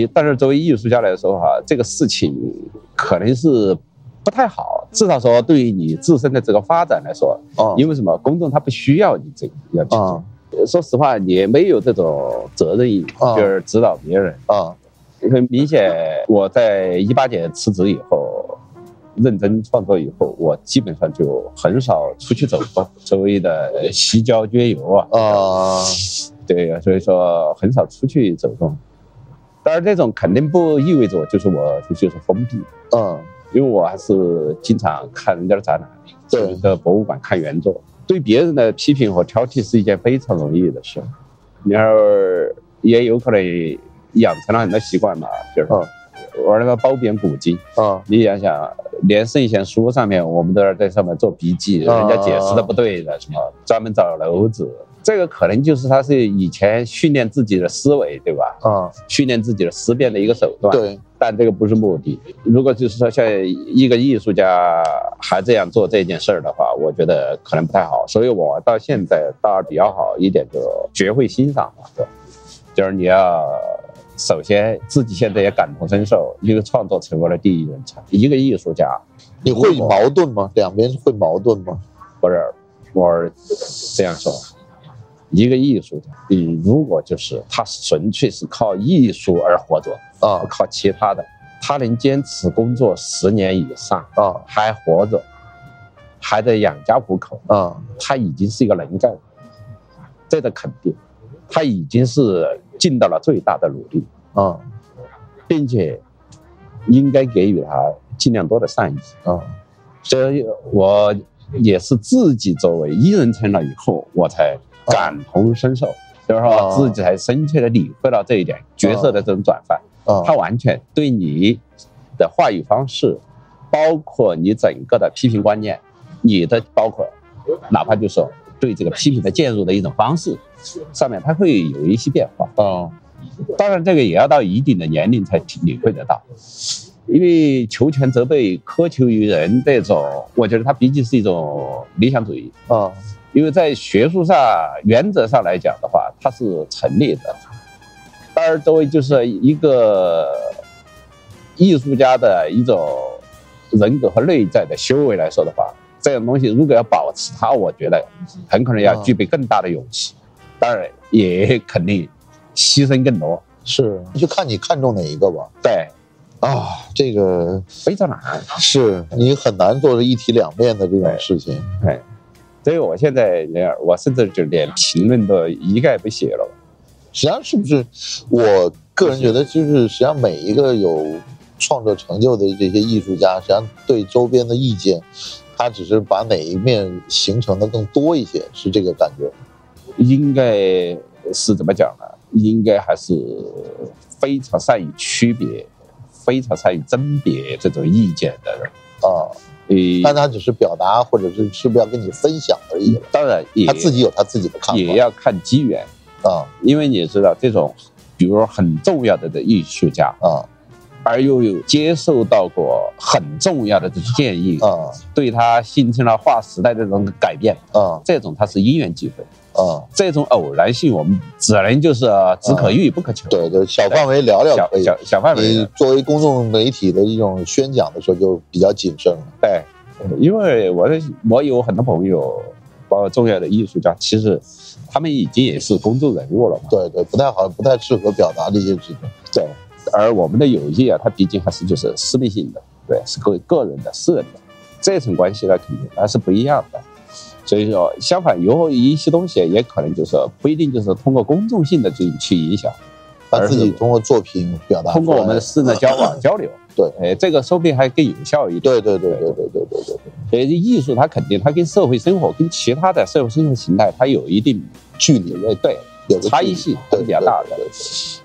S4: 呃，但是作为艺术家来说哈，这个事情可能是不太好，至少说对于你自身的这个发展来说，
S1: 啊
S4: 因为什么？公众他不需要你这个要去做
S1: 啊。
S4: 说实话，你也没有这种责任意，
S1: 啊
S4: 就是指导别人。
S1: 啊
S4: 很明显，我在一八年辞职以后，认真创作以后，我基本上就很少出去走动，所谓的西郊街游啊，
S1: 啊
S4: 对呀，所以说很少出去走动。当然，这种肯定不意味着我就是我就是封闭，
S1: 嗯，
S4: 因为我还是经常看人家的展览，
S1: 对
S4: 去的博物馆看原作。对别人的批评和挑剔是一件非常容易的事，然后也有可能养成了很多习惯嘛，比如说
S1: 嗯
S4: 玩那个褒贬古今。
S1: 啊，
S4: 你想想，连圣贤书上面我们都是在上面做笔记，
S1: 啊
S4: 人家解释的不对的，什么专门找篓子，这个可能就是他是以前训练自己的思维，对吧？
S1: 啊，
S4: 训练自己的思辨的一个手段。
S1: 对，
S4: 但这个不是目的。如果就是说像一个艺术家还这样做这件事儿的话，我觉得可能不太好。所以我到现在倒是比较好一点，就学会欣赏嘛，对吧就是你要首先自己现在也感同身受，一个创作成为了第一人称，一个艺术家
S1: 你会矛盾吗？两边会矛盾吗？
S4: 不是我是这样说。一个艺术家，你如果就是他纯粹是靠艺术而活着，
S1: 啊
S4: 不靠其他的，他能坚持工作十年以上，
S1: 啊
S4: 还活着，还在养家糊口，
S1: 啊
S4: 他已经是一个能干，这个肯定，他已经是尽到了最大的努力，
S1: 啊
S4: 并且应该给予他尽量多的善意。
S1: 啊
S4: 所以我也是自己作为一人称了以后，我才感同身受，就是说
S1: 哦
S4: 自己才深切的领会到这一点角色的这种转换。他
S1: 啊
S4: 完全对你的话语方式，包括你整个的批评观念，你的包括哪怕就是说对这个批评的介入的一种方式，上面它会有一些变化。
S1: 啊！
S4: 当然，这个也要到一定的年龄才体领会得到，因为求全责备、苛求于人这种，我觉得它毕竟是一种理想主义。
S1: 啊
S4: 因为在学术上原则上来讲的话，它是成立的。当然，作为就是一个艺术家的一种人格和内在的修为来说的话，这种东西如果要保持它，我觉得很可能要具备更大的勇气，当然也肯定牺牲更多。
S1: 是，就看你看中哪一个吧。
S4: 对，
S1: 啊，这个
S4: 非常难。
S1: 是你很难做出一体两面的这种事情。
S4: 哎，所以我现在这样，我甚至就连评论都一概不写了。
S1: 实际上是不是？我个人觉得，就是实际上每一个有创作成就的这些艺术家，实际上对周边的意见，他只是把哪一面形成的更多一些，是这个感觉。
S4: 应该是怎么讲呢？应该还是非常善于区别、非常善于甄别这种意见的人。
S1: 啊，但他
S4: 呃，
S1: 只是表达，或者是是不是要跟你分享而已了。
S4: 当然也
S1: 他自己有他自己的看
S4: 也要看机缘，
S1: 法啊
S4: 因为你知道这种，比如说很重要的的艺术家，
S1: 啊
S4: 而又有接受到过很重要的这种建议，
S1: 啊
S4: 对他形成了划时代的这种改变，
S1: 啊
S4: 这种它是因缘际会，
S1: 啊！
S4: 这种偶然性我们只能就是呃只可遇不可求。
S1: 对对，小范围聊聊
S4: 小
S1: 可以。
S4: 小小范围的
S1: 你作为公众媒体的一种宣讲的时候，就比较谨慎了。
S4: 对，哎因为我的我有很多朋友，包括重要的艺术家，其实他们已经也是公众人物了嘛。
S1: 对对，不太好，不太适合表达这些事情。
S4: 对，而我们的友谊啊，它毕竟还是就是私密性的，对，是个个人的、私人的这层关系呢，肯定还是不一样的。所以说，相反，有一些东西也可能就是不一定就是通过公众性的去去影响，
S1: 他自己通过作品表达出来，
S4: 通过我们私人的交往交流，
S1: 对，
S4: 哎，这个说不定还更有效一点。
S1: 对对对对对对对对，
S4: 所以艺术它肯定它跟社会生活跟其他的社会生活形态它有一定距离，对
S1: 有个
S4: 差异
S1: 距
S4: 性还
S1: 离
S4: 是比较大的
S1: 对对对对。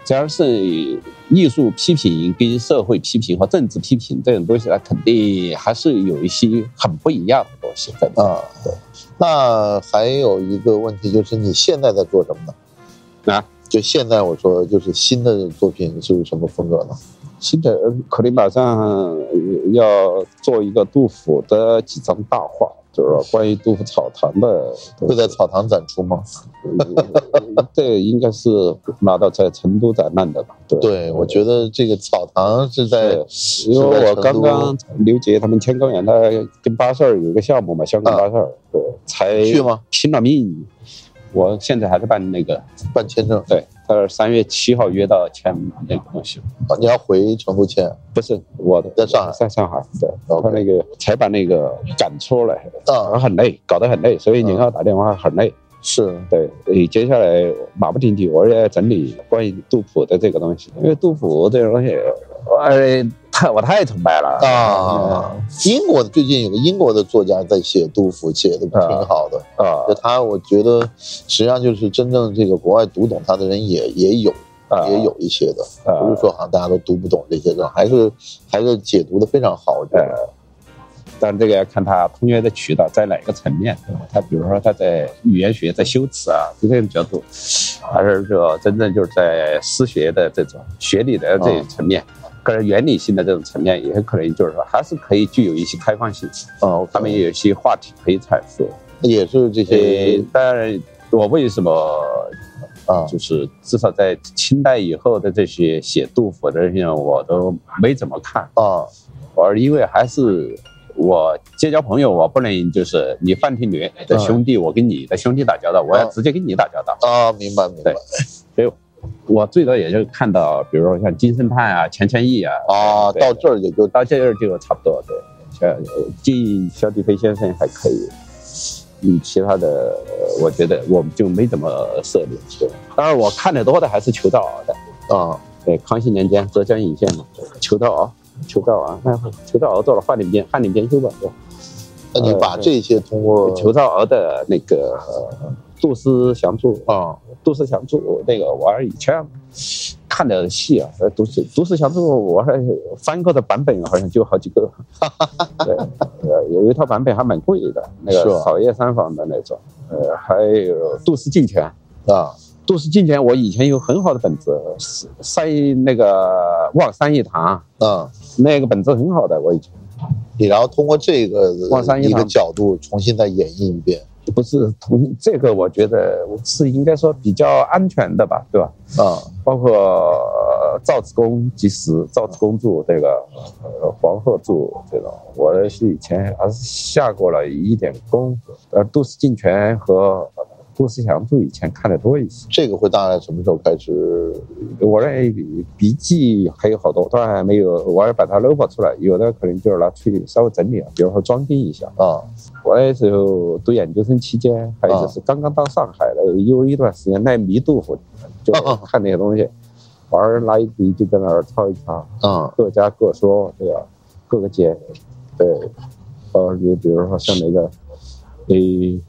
S4: 只要是呃艺术批评跟社会批评和政治批评这种东西，它肯定还是有一些很不一样的东西在里面
S1: 啊对。那还有一个问题就是，你现在在做什么呢？
S4: 啊。
S1: 就现在我说，就是新的作品是什么风格呢？
S4: 现在呃可能马上呃要做一个杜甫的几张大画，就是说关于杜甫草堂的东
S1: 会
S4: 西。
S1: 在草堂展出吗？
S4: 嗯 这应该是拿到在成都展览的吧？对
S1: 对，我觉得这个草堂呃是在
S4: 因为我刚刚刘杰他们天高远，他跟巴塞尔有个项目嘛，香港巴塞尔，对，才
S1: 啊去吗？
S4: 拼了命，我现在还在办那个，
S1: 办签证，
S4: 对，他是三月七号约到签那个东西，
S1: 啊你要回成都签
S4: 不是我的，
S1: 在上海
S4: 在上海，对，
S1: OK
S4: 他那个才把那个赶出来，然后
S1: 啊嗯
S4: 很累，搞得很累，所以宁浩打电话很累，
S1: 是
S4: 对，呃，接下来马不停蹄，我也整理关于杜甫的这个东西，因为杜甫这个东西，哎，太我太崇拜了
S1: 啊，英国最近有个英国的作家在写杜甫，写的挺好的。
S4: 啊
S1: 就他，我觉得实际上就是真正这个国外读懂他的人也也有，
S4: 啊
S1: 也有一些的，
S4: 啊
S1: 不是说好像大家都读不懂这些的，还是还是解读的非常好。我觉
S4: 哎
S1: 得
S4: 但这个要看他通约的渠道在哪一个层面。他比如说他在语言学、在修辞啊，就这种角度，还是说真正就是在诗学的这种学理的这种层面，个人原理性的这种层面，也可能就是说还是可以具有一些开放性。
S1: 啊，
S4: 他们也有一些话题可以阐述。
S1: 也是这些
S4: 呃，当然，我为什么
S1: 啊
S4: 就是至少在清代以后的这些写杜甫的人，我都没怎么看。
S1: 啊
S4: 而因为还是我结交朋友，我不能就是你范廷略的兄弟，我跟你的兄弟打交道，我要直接跟你打交道。
S1: 啊，明白明白
S4: 对所以，我最多也就看到，比如说像金圣叹啊、钱谦益啊，
S1: 啊，
S4: 对
S1: 到这儿也就
S4: 到这儿就差不多。对，嗯像敬萧迪飞先生还可以。嗯，其他的呃我觉得我们就没怎么涉猎。对，当然我看的多的还是裘道敖的。
S1: 啊
S4: 对，康熙年间浙江鄞县嘛，裘道敖，裘道敖，那裘道敖做了翰林编，翰林编修吧，对吧？
S1: 那
S4: 嗯
S1: 你把这些通过
S4: 裘兆敖的那个呃杜思祥著
S1: 啊
S4: 杜思祥著那个我以前看的戏啊，呃杜思杜思祥著我还翻过的版本好像就好几个，对，呃有一套版本还蛮贵的，那
S1: 是
S4: 个
S1: 吧
S4: 草叶三房的那种，呃还有杜思进前。
S1: 啊
S4: 杜思进前，我以前有很好的本子，塞那个望山一堂，
S1: 啊，
S4: 那个本子很好的，我以前
S1: 你然后通过这个
S4: 望山一
S1: 一个
S4: 堂
S1: 角度重新再演绎一遍
S4: 不是同这个，我觉得是应该说比较安全的吧，对吧？
S1: 啊
S4: 包括呃赵子宫及时、赵子公著这个，呃，黄鹤著这种，我是以前还是下过了一点功夫。呃，杜思进全和呃杜思祥著以前看的多一些，
S1: 这个会大概什么时候开始
S4: 我那笔笔记还有好多，当然还没有，我要把它搂 o 出来，有的可能就是拿去稍微整理啊，比如说装订一下。
S1: 啊
S4: 我那时候读研究生期间，还有就是刚刚到上海的，有一段时间耐迷杜甫，就看那些东西，玩儿拿一笔就在那儿抄一抄，
S1: 啊
S4: 各家各说，对吧、各个街，对，呃，你比如说像那个，诶，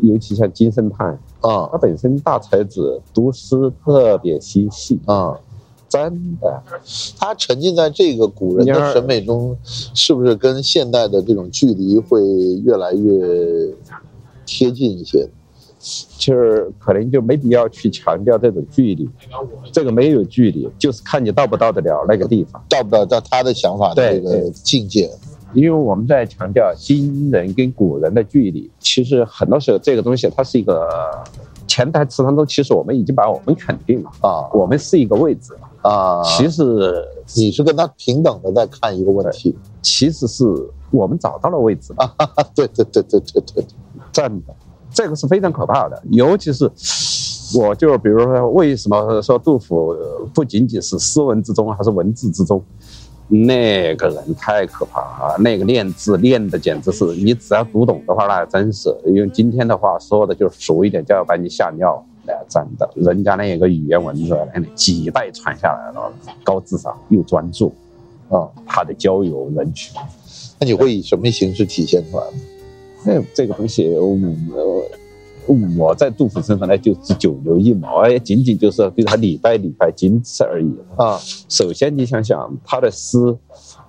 S4: 尤其像金圣叹，
S1: 啊
S4: 他本身大才子，读诗特别心细，
S1: 啊！
S4: 真的，
S1: 他沉浸在这个古人
S4: 你
S1: 的
S4: 要
S1: 审美中，是不是跟现代的这种距离会越来越贴近一些？
S4: 就是可能就没必要去强调这种距离，这个没有距离，就是看你到不到得了那个地方。
S1: 到不到到他的想法的
S4: 对
S1: 这个
S4: 对
S1: 境界
S4: 因为我们在强调今人跟古人的距离，其实很多时候这个东西它是一个潜台词当中，其实我们已经把我们肯定了，
S1: 啊
S4: 我们是一个位置了。
S1: 啊！
S4: 其实
S1: 你是跟他平等的在看一个问题
S4: 其实是我们找到了位置，
S1: 啊！对对对对对对，
S4: 站的，这个是非常可怕的。尤其是我就比如说，为什么说杜甫呃不仅仅是诗文之中，还是文字之中？那个人太可怕了，那个练字练的简直是，你只要读懂的话，那真是用今天的话说的，就是俗一点，就要把你吓尿。哎呀，真的，人家那个语言文字，哎那几代传下来了，高智商又专注，
S1: 啊，
S4: 他的交友人群。
S1: 那你会以什么形式体现出来呢？
S4: 那这个东西，我我我在杜甫身上呢，就是九牛一呃毛，也仅仅就是对他礼拜礼拜，仅此而已。
S1: 啊
S4: 呃首先，你想想他的诗，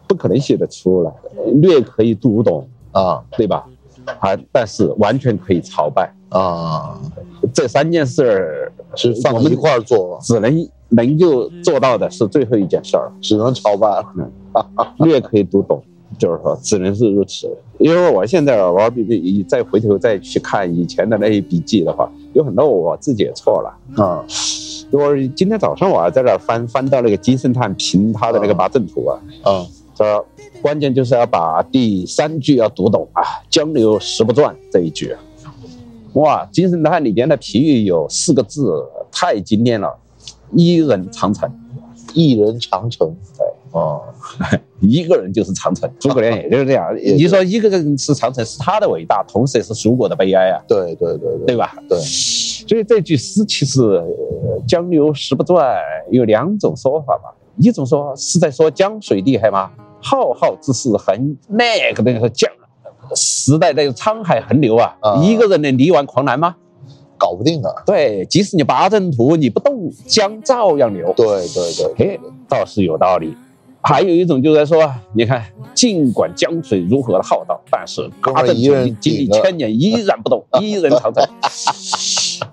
S4: 不可能写得出来，略可以读懂，
S1: 啊
S4: 对吧？啊，但是完全可以朝拜。
S1: 啊！
S4: 这三件事儿
S1: 是
S4: 我
S1: 放
S4: 们
S1: 一块儿做，
S4: 只能能够做到的是最后一件事儿。
S1: 只能朝拜了
S4: 略可以读懂，就是说只能是如此。因为我现在玩笔记，再回头再去看以前的那些笔记的话，有很多我自己也错了。
S1: 啊
S4: 我今天早上我还在那儿翻翻到那个金圣叹评他的那个八阵图啊，
S1: 啊
S4: 说关键就是要把第三句要读懂啊，“江流石不转”这一句。啊哇，金圣叹里边的评语有四个字太经典了，“伊人长城”。
S1: 一人长城，
S4: 对，
S1: 哦，
S4: 一个人就是长城，诸葛亮也就是这样。
S1: 也
S4: 你说一个人是长城，是他的伟大，同时也是蜀国的悲哀啊，
S1: 对对对
S4: 对
S1: 对
S4: 吧？
S1: 对
S4: 所以这句诗其实呃江流石不转，有两种说法吧。一种说是在说江水厉害吗？浩浩之势横，那个那个江时代那个沧海横流啊，
S1: 啊
S4: 一个人能力挽狂澜吗？
S1: 搞不定啊，
S4: 对，即使你八阵图，你不动，江照样流。
S1: 对对对对
S4: 哎，倒是有道理。还有一种就是说，你看，尽管江水如何的浩荡，但是嘎
S1: 哥们儿
S4: 正
S1: 一人
S4: 经经历
S1: 顶着
S4: 千年依然不动，依然长城。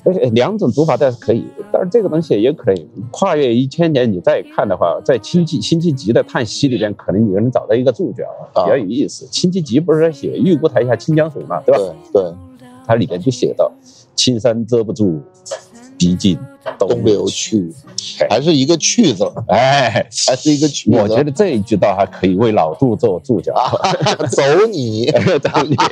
S4: 而且两种读法倒是可以，但是这个东西也可以跨越一千年。你再看的话，在辛弃辛弃疾的《叹息》里边，可能你能找到一个注脚啊，
S1: 啊
S4: 比较有意思。辛弃疾不是写“玉姑台下清江水”嘛，对吧？
S1: 对对，
S4: 它里边就写到：“青山遮不住，毕竟
S1: 东
S4: 东
S1: 流
S4: 流
S1: 去，
S4: 哎
S1: 还是一个去字儿，”
S4: 哎，
S1: 还是一个去字儿，
S4: 我觉得这一句倒还可以为老杜做注脚。
S1: 走你。
S4: 道理，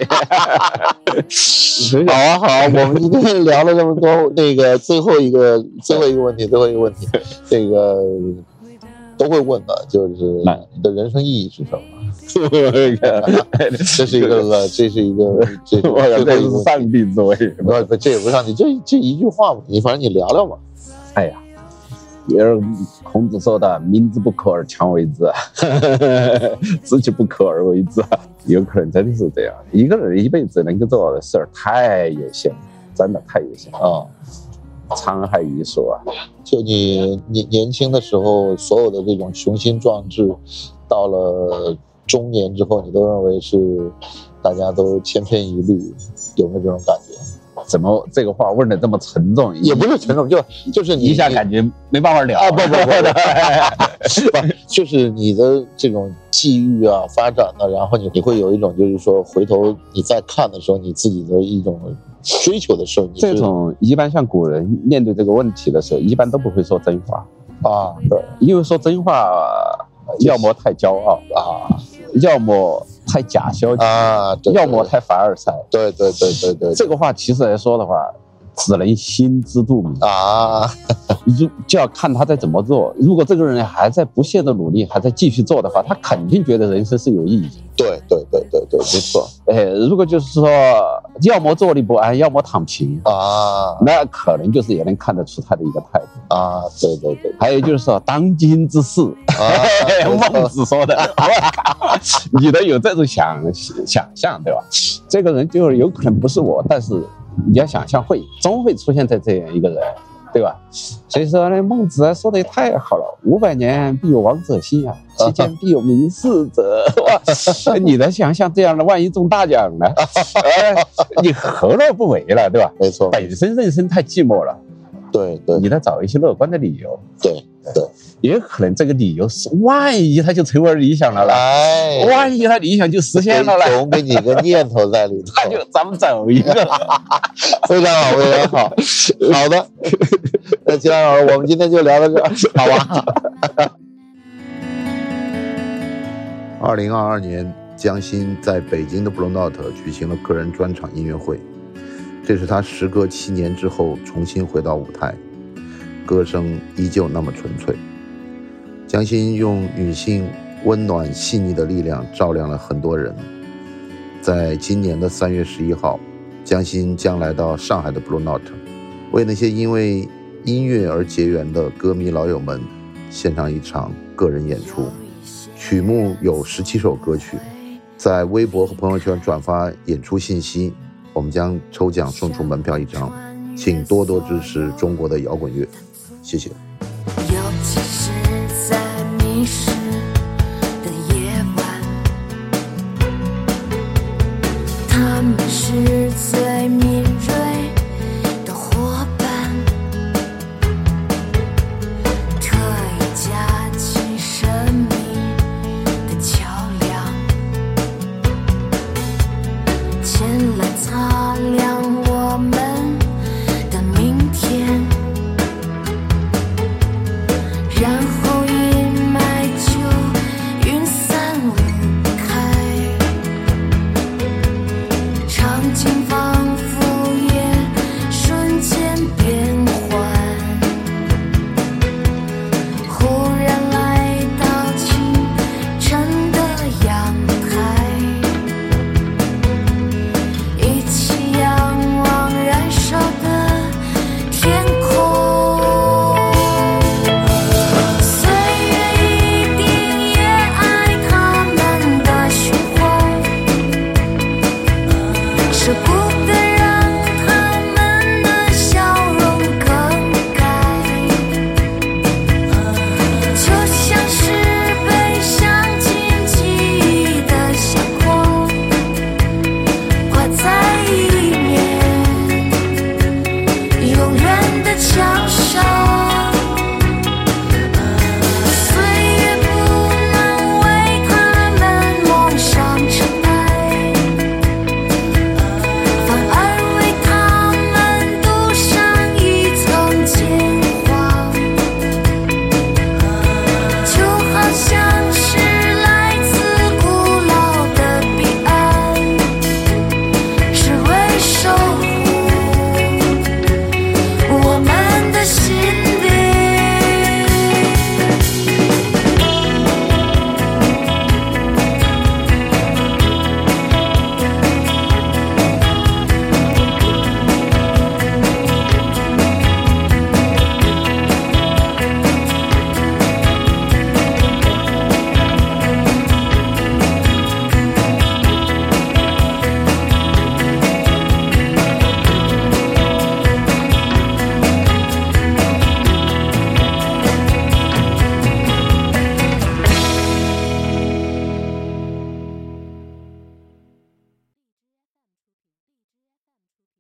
S1: 好啊，好啊，我们今天聊了这么多，那个最后一 个最后一个问题，最后一个问题，这个都会问的，就是
S4: 那
S1: 你的人生意义是什么？ 这是一个，呃这是一个， 这是最后
S4: 我
S1: 一
S4: 这
S1: 个
S4: 是
S1: 问题。
S4: 上帝之位。
S1: 不不，这也不是上去，就就一句话嘛，你反正你聊聊嘛。
S4: 哎呀，也是孔子说的“民之不可而强为之”，知其不可而为之啊，有可能真的是这样。一个人一辈子能够做到的事儿太有限了，真的太有限了。
S1: 啊，
S4: 沧海一粟啊，
S1: 就你你年轻的时候所有的这种雄心壮志，到了中年之后，你都认为是大家都千篇一律，有没有这种感觉？
S4: 怎么这个话问的这么沉重？
S1: 也不是沉重，就 就是你
S4: 一下
S1: 你
S4: 感觉没办法聊
S1: 啊不不不 不，就是你的这种际遇啊、发展啊，然后你你会有一种就是说，回头你再看的时候，你自己的一种追求的事儿，你是
S4: 这种一般像古人面对这个问题的时候，一般都不会说真话，
S1: 啊
S4: 对，因为说真话，要么太骄傲，
S1: 啊
S4: 要么太假消极，
S1: 啊，对
S4: 要么太凡尔赛。
S1: 对对对对对对
S4: 这个话其实来说的话，只能心知肚明，
S1: 啊，
S4: 如就要看他在怎么做。如果这个人还在不懈的努力，还在继续做的话，他肯定觉得人生是有意义的。
S1: 对对对对对，没错
S4: 哎，如果就是说，要么坐立不安，要么躺平，
S1: 啊
S4: 那可能就是也能看得出他的一个态度。
S1: 啊，对对 对
S4: 还有就是说，当今之事，，
S1: 啊 没
S4: 孟
S1: 错
S4: 子说的，你都有这种想想象，对吧？这个人就是有可能不是我，但是你要想象会，终会出现在这样一个人，对吧？所以说呢，孟子啊说的也太好了，五百年必有王者兴啊，其间必有名士者。 哇，你能想象这样的，万一中大奖 呢？哎你何乐不为了，对吧？
S1: 没错，
S4: 本身人生太寂寞了，
S1: 对对
S4: 你得找一些乐观的理由。
S1: 对，
S4: 也可能这个理由是，万一他就成为理想了啦，
S1: 哎，
S4: 万一他理想就实现了
S1: 给
S4: 啦，哎
S1: 总给你一个念头在 里头，
S4: 那就咱们走一个啦。
S1: 非常好，非常 好，好的，那秦老师，我们今天就聊到这儿，好
S4: 啊
S1: 吧？
S5: 二零二二年，江欣在北京的 Blue Note 举行了个人专场音乐会，这是他时隔七年之后重新回到舞台，歌声依旧那么纯粹。江欣用女性温暖细腻的力量照亮了很多人。在今年的三月十一号，江欣将来到上海的 Blue Note，为那些因为音乐而结缘的歌迷老友们，献上一场个人演出。曲目有十七首歌曲，在微博和朋友圈转发演出信息，我们将抽奖啊送出门票一张，请多多支持中国的摇滚乐，谢谢。
S2: 尤其是在迷失的夜晚，他们是最敏锐的伙伴，特意架起神秘的桥梁，前来擦亮我们的明天。然后一脉就云散离开，场景仿佛也瞬间变换。忽然来到清是不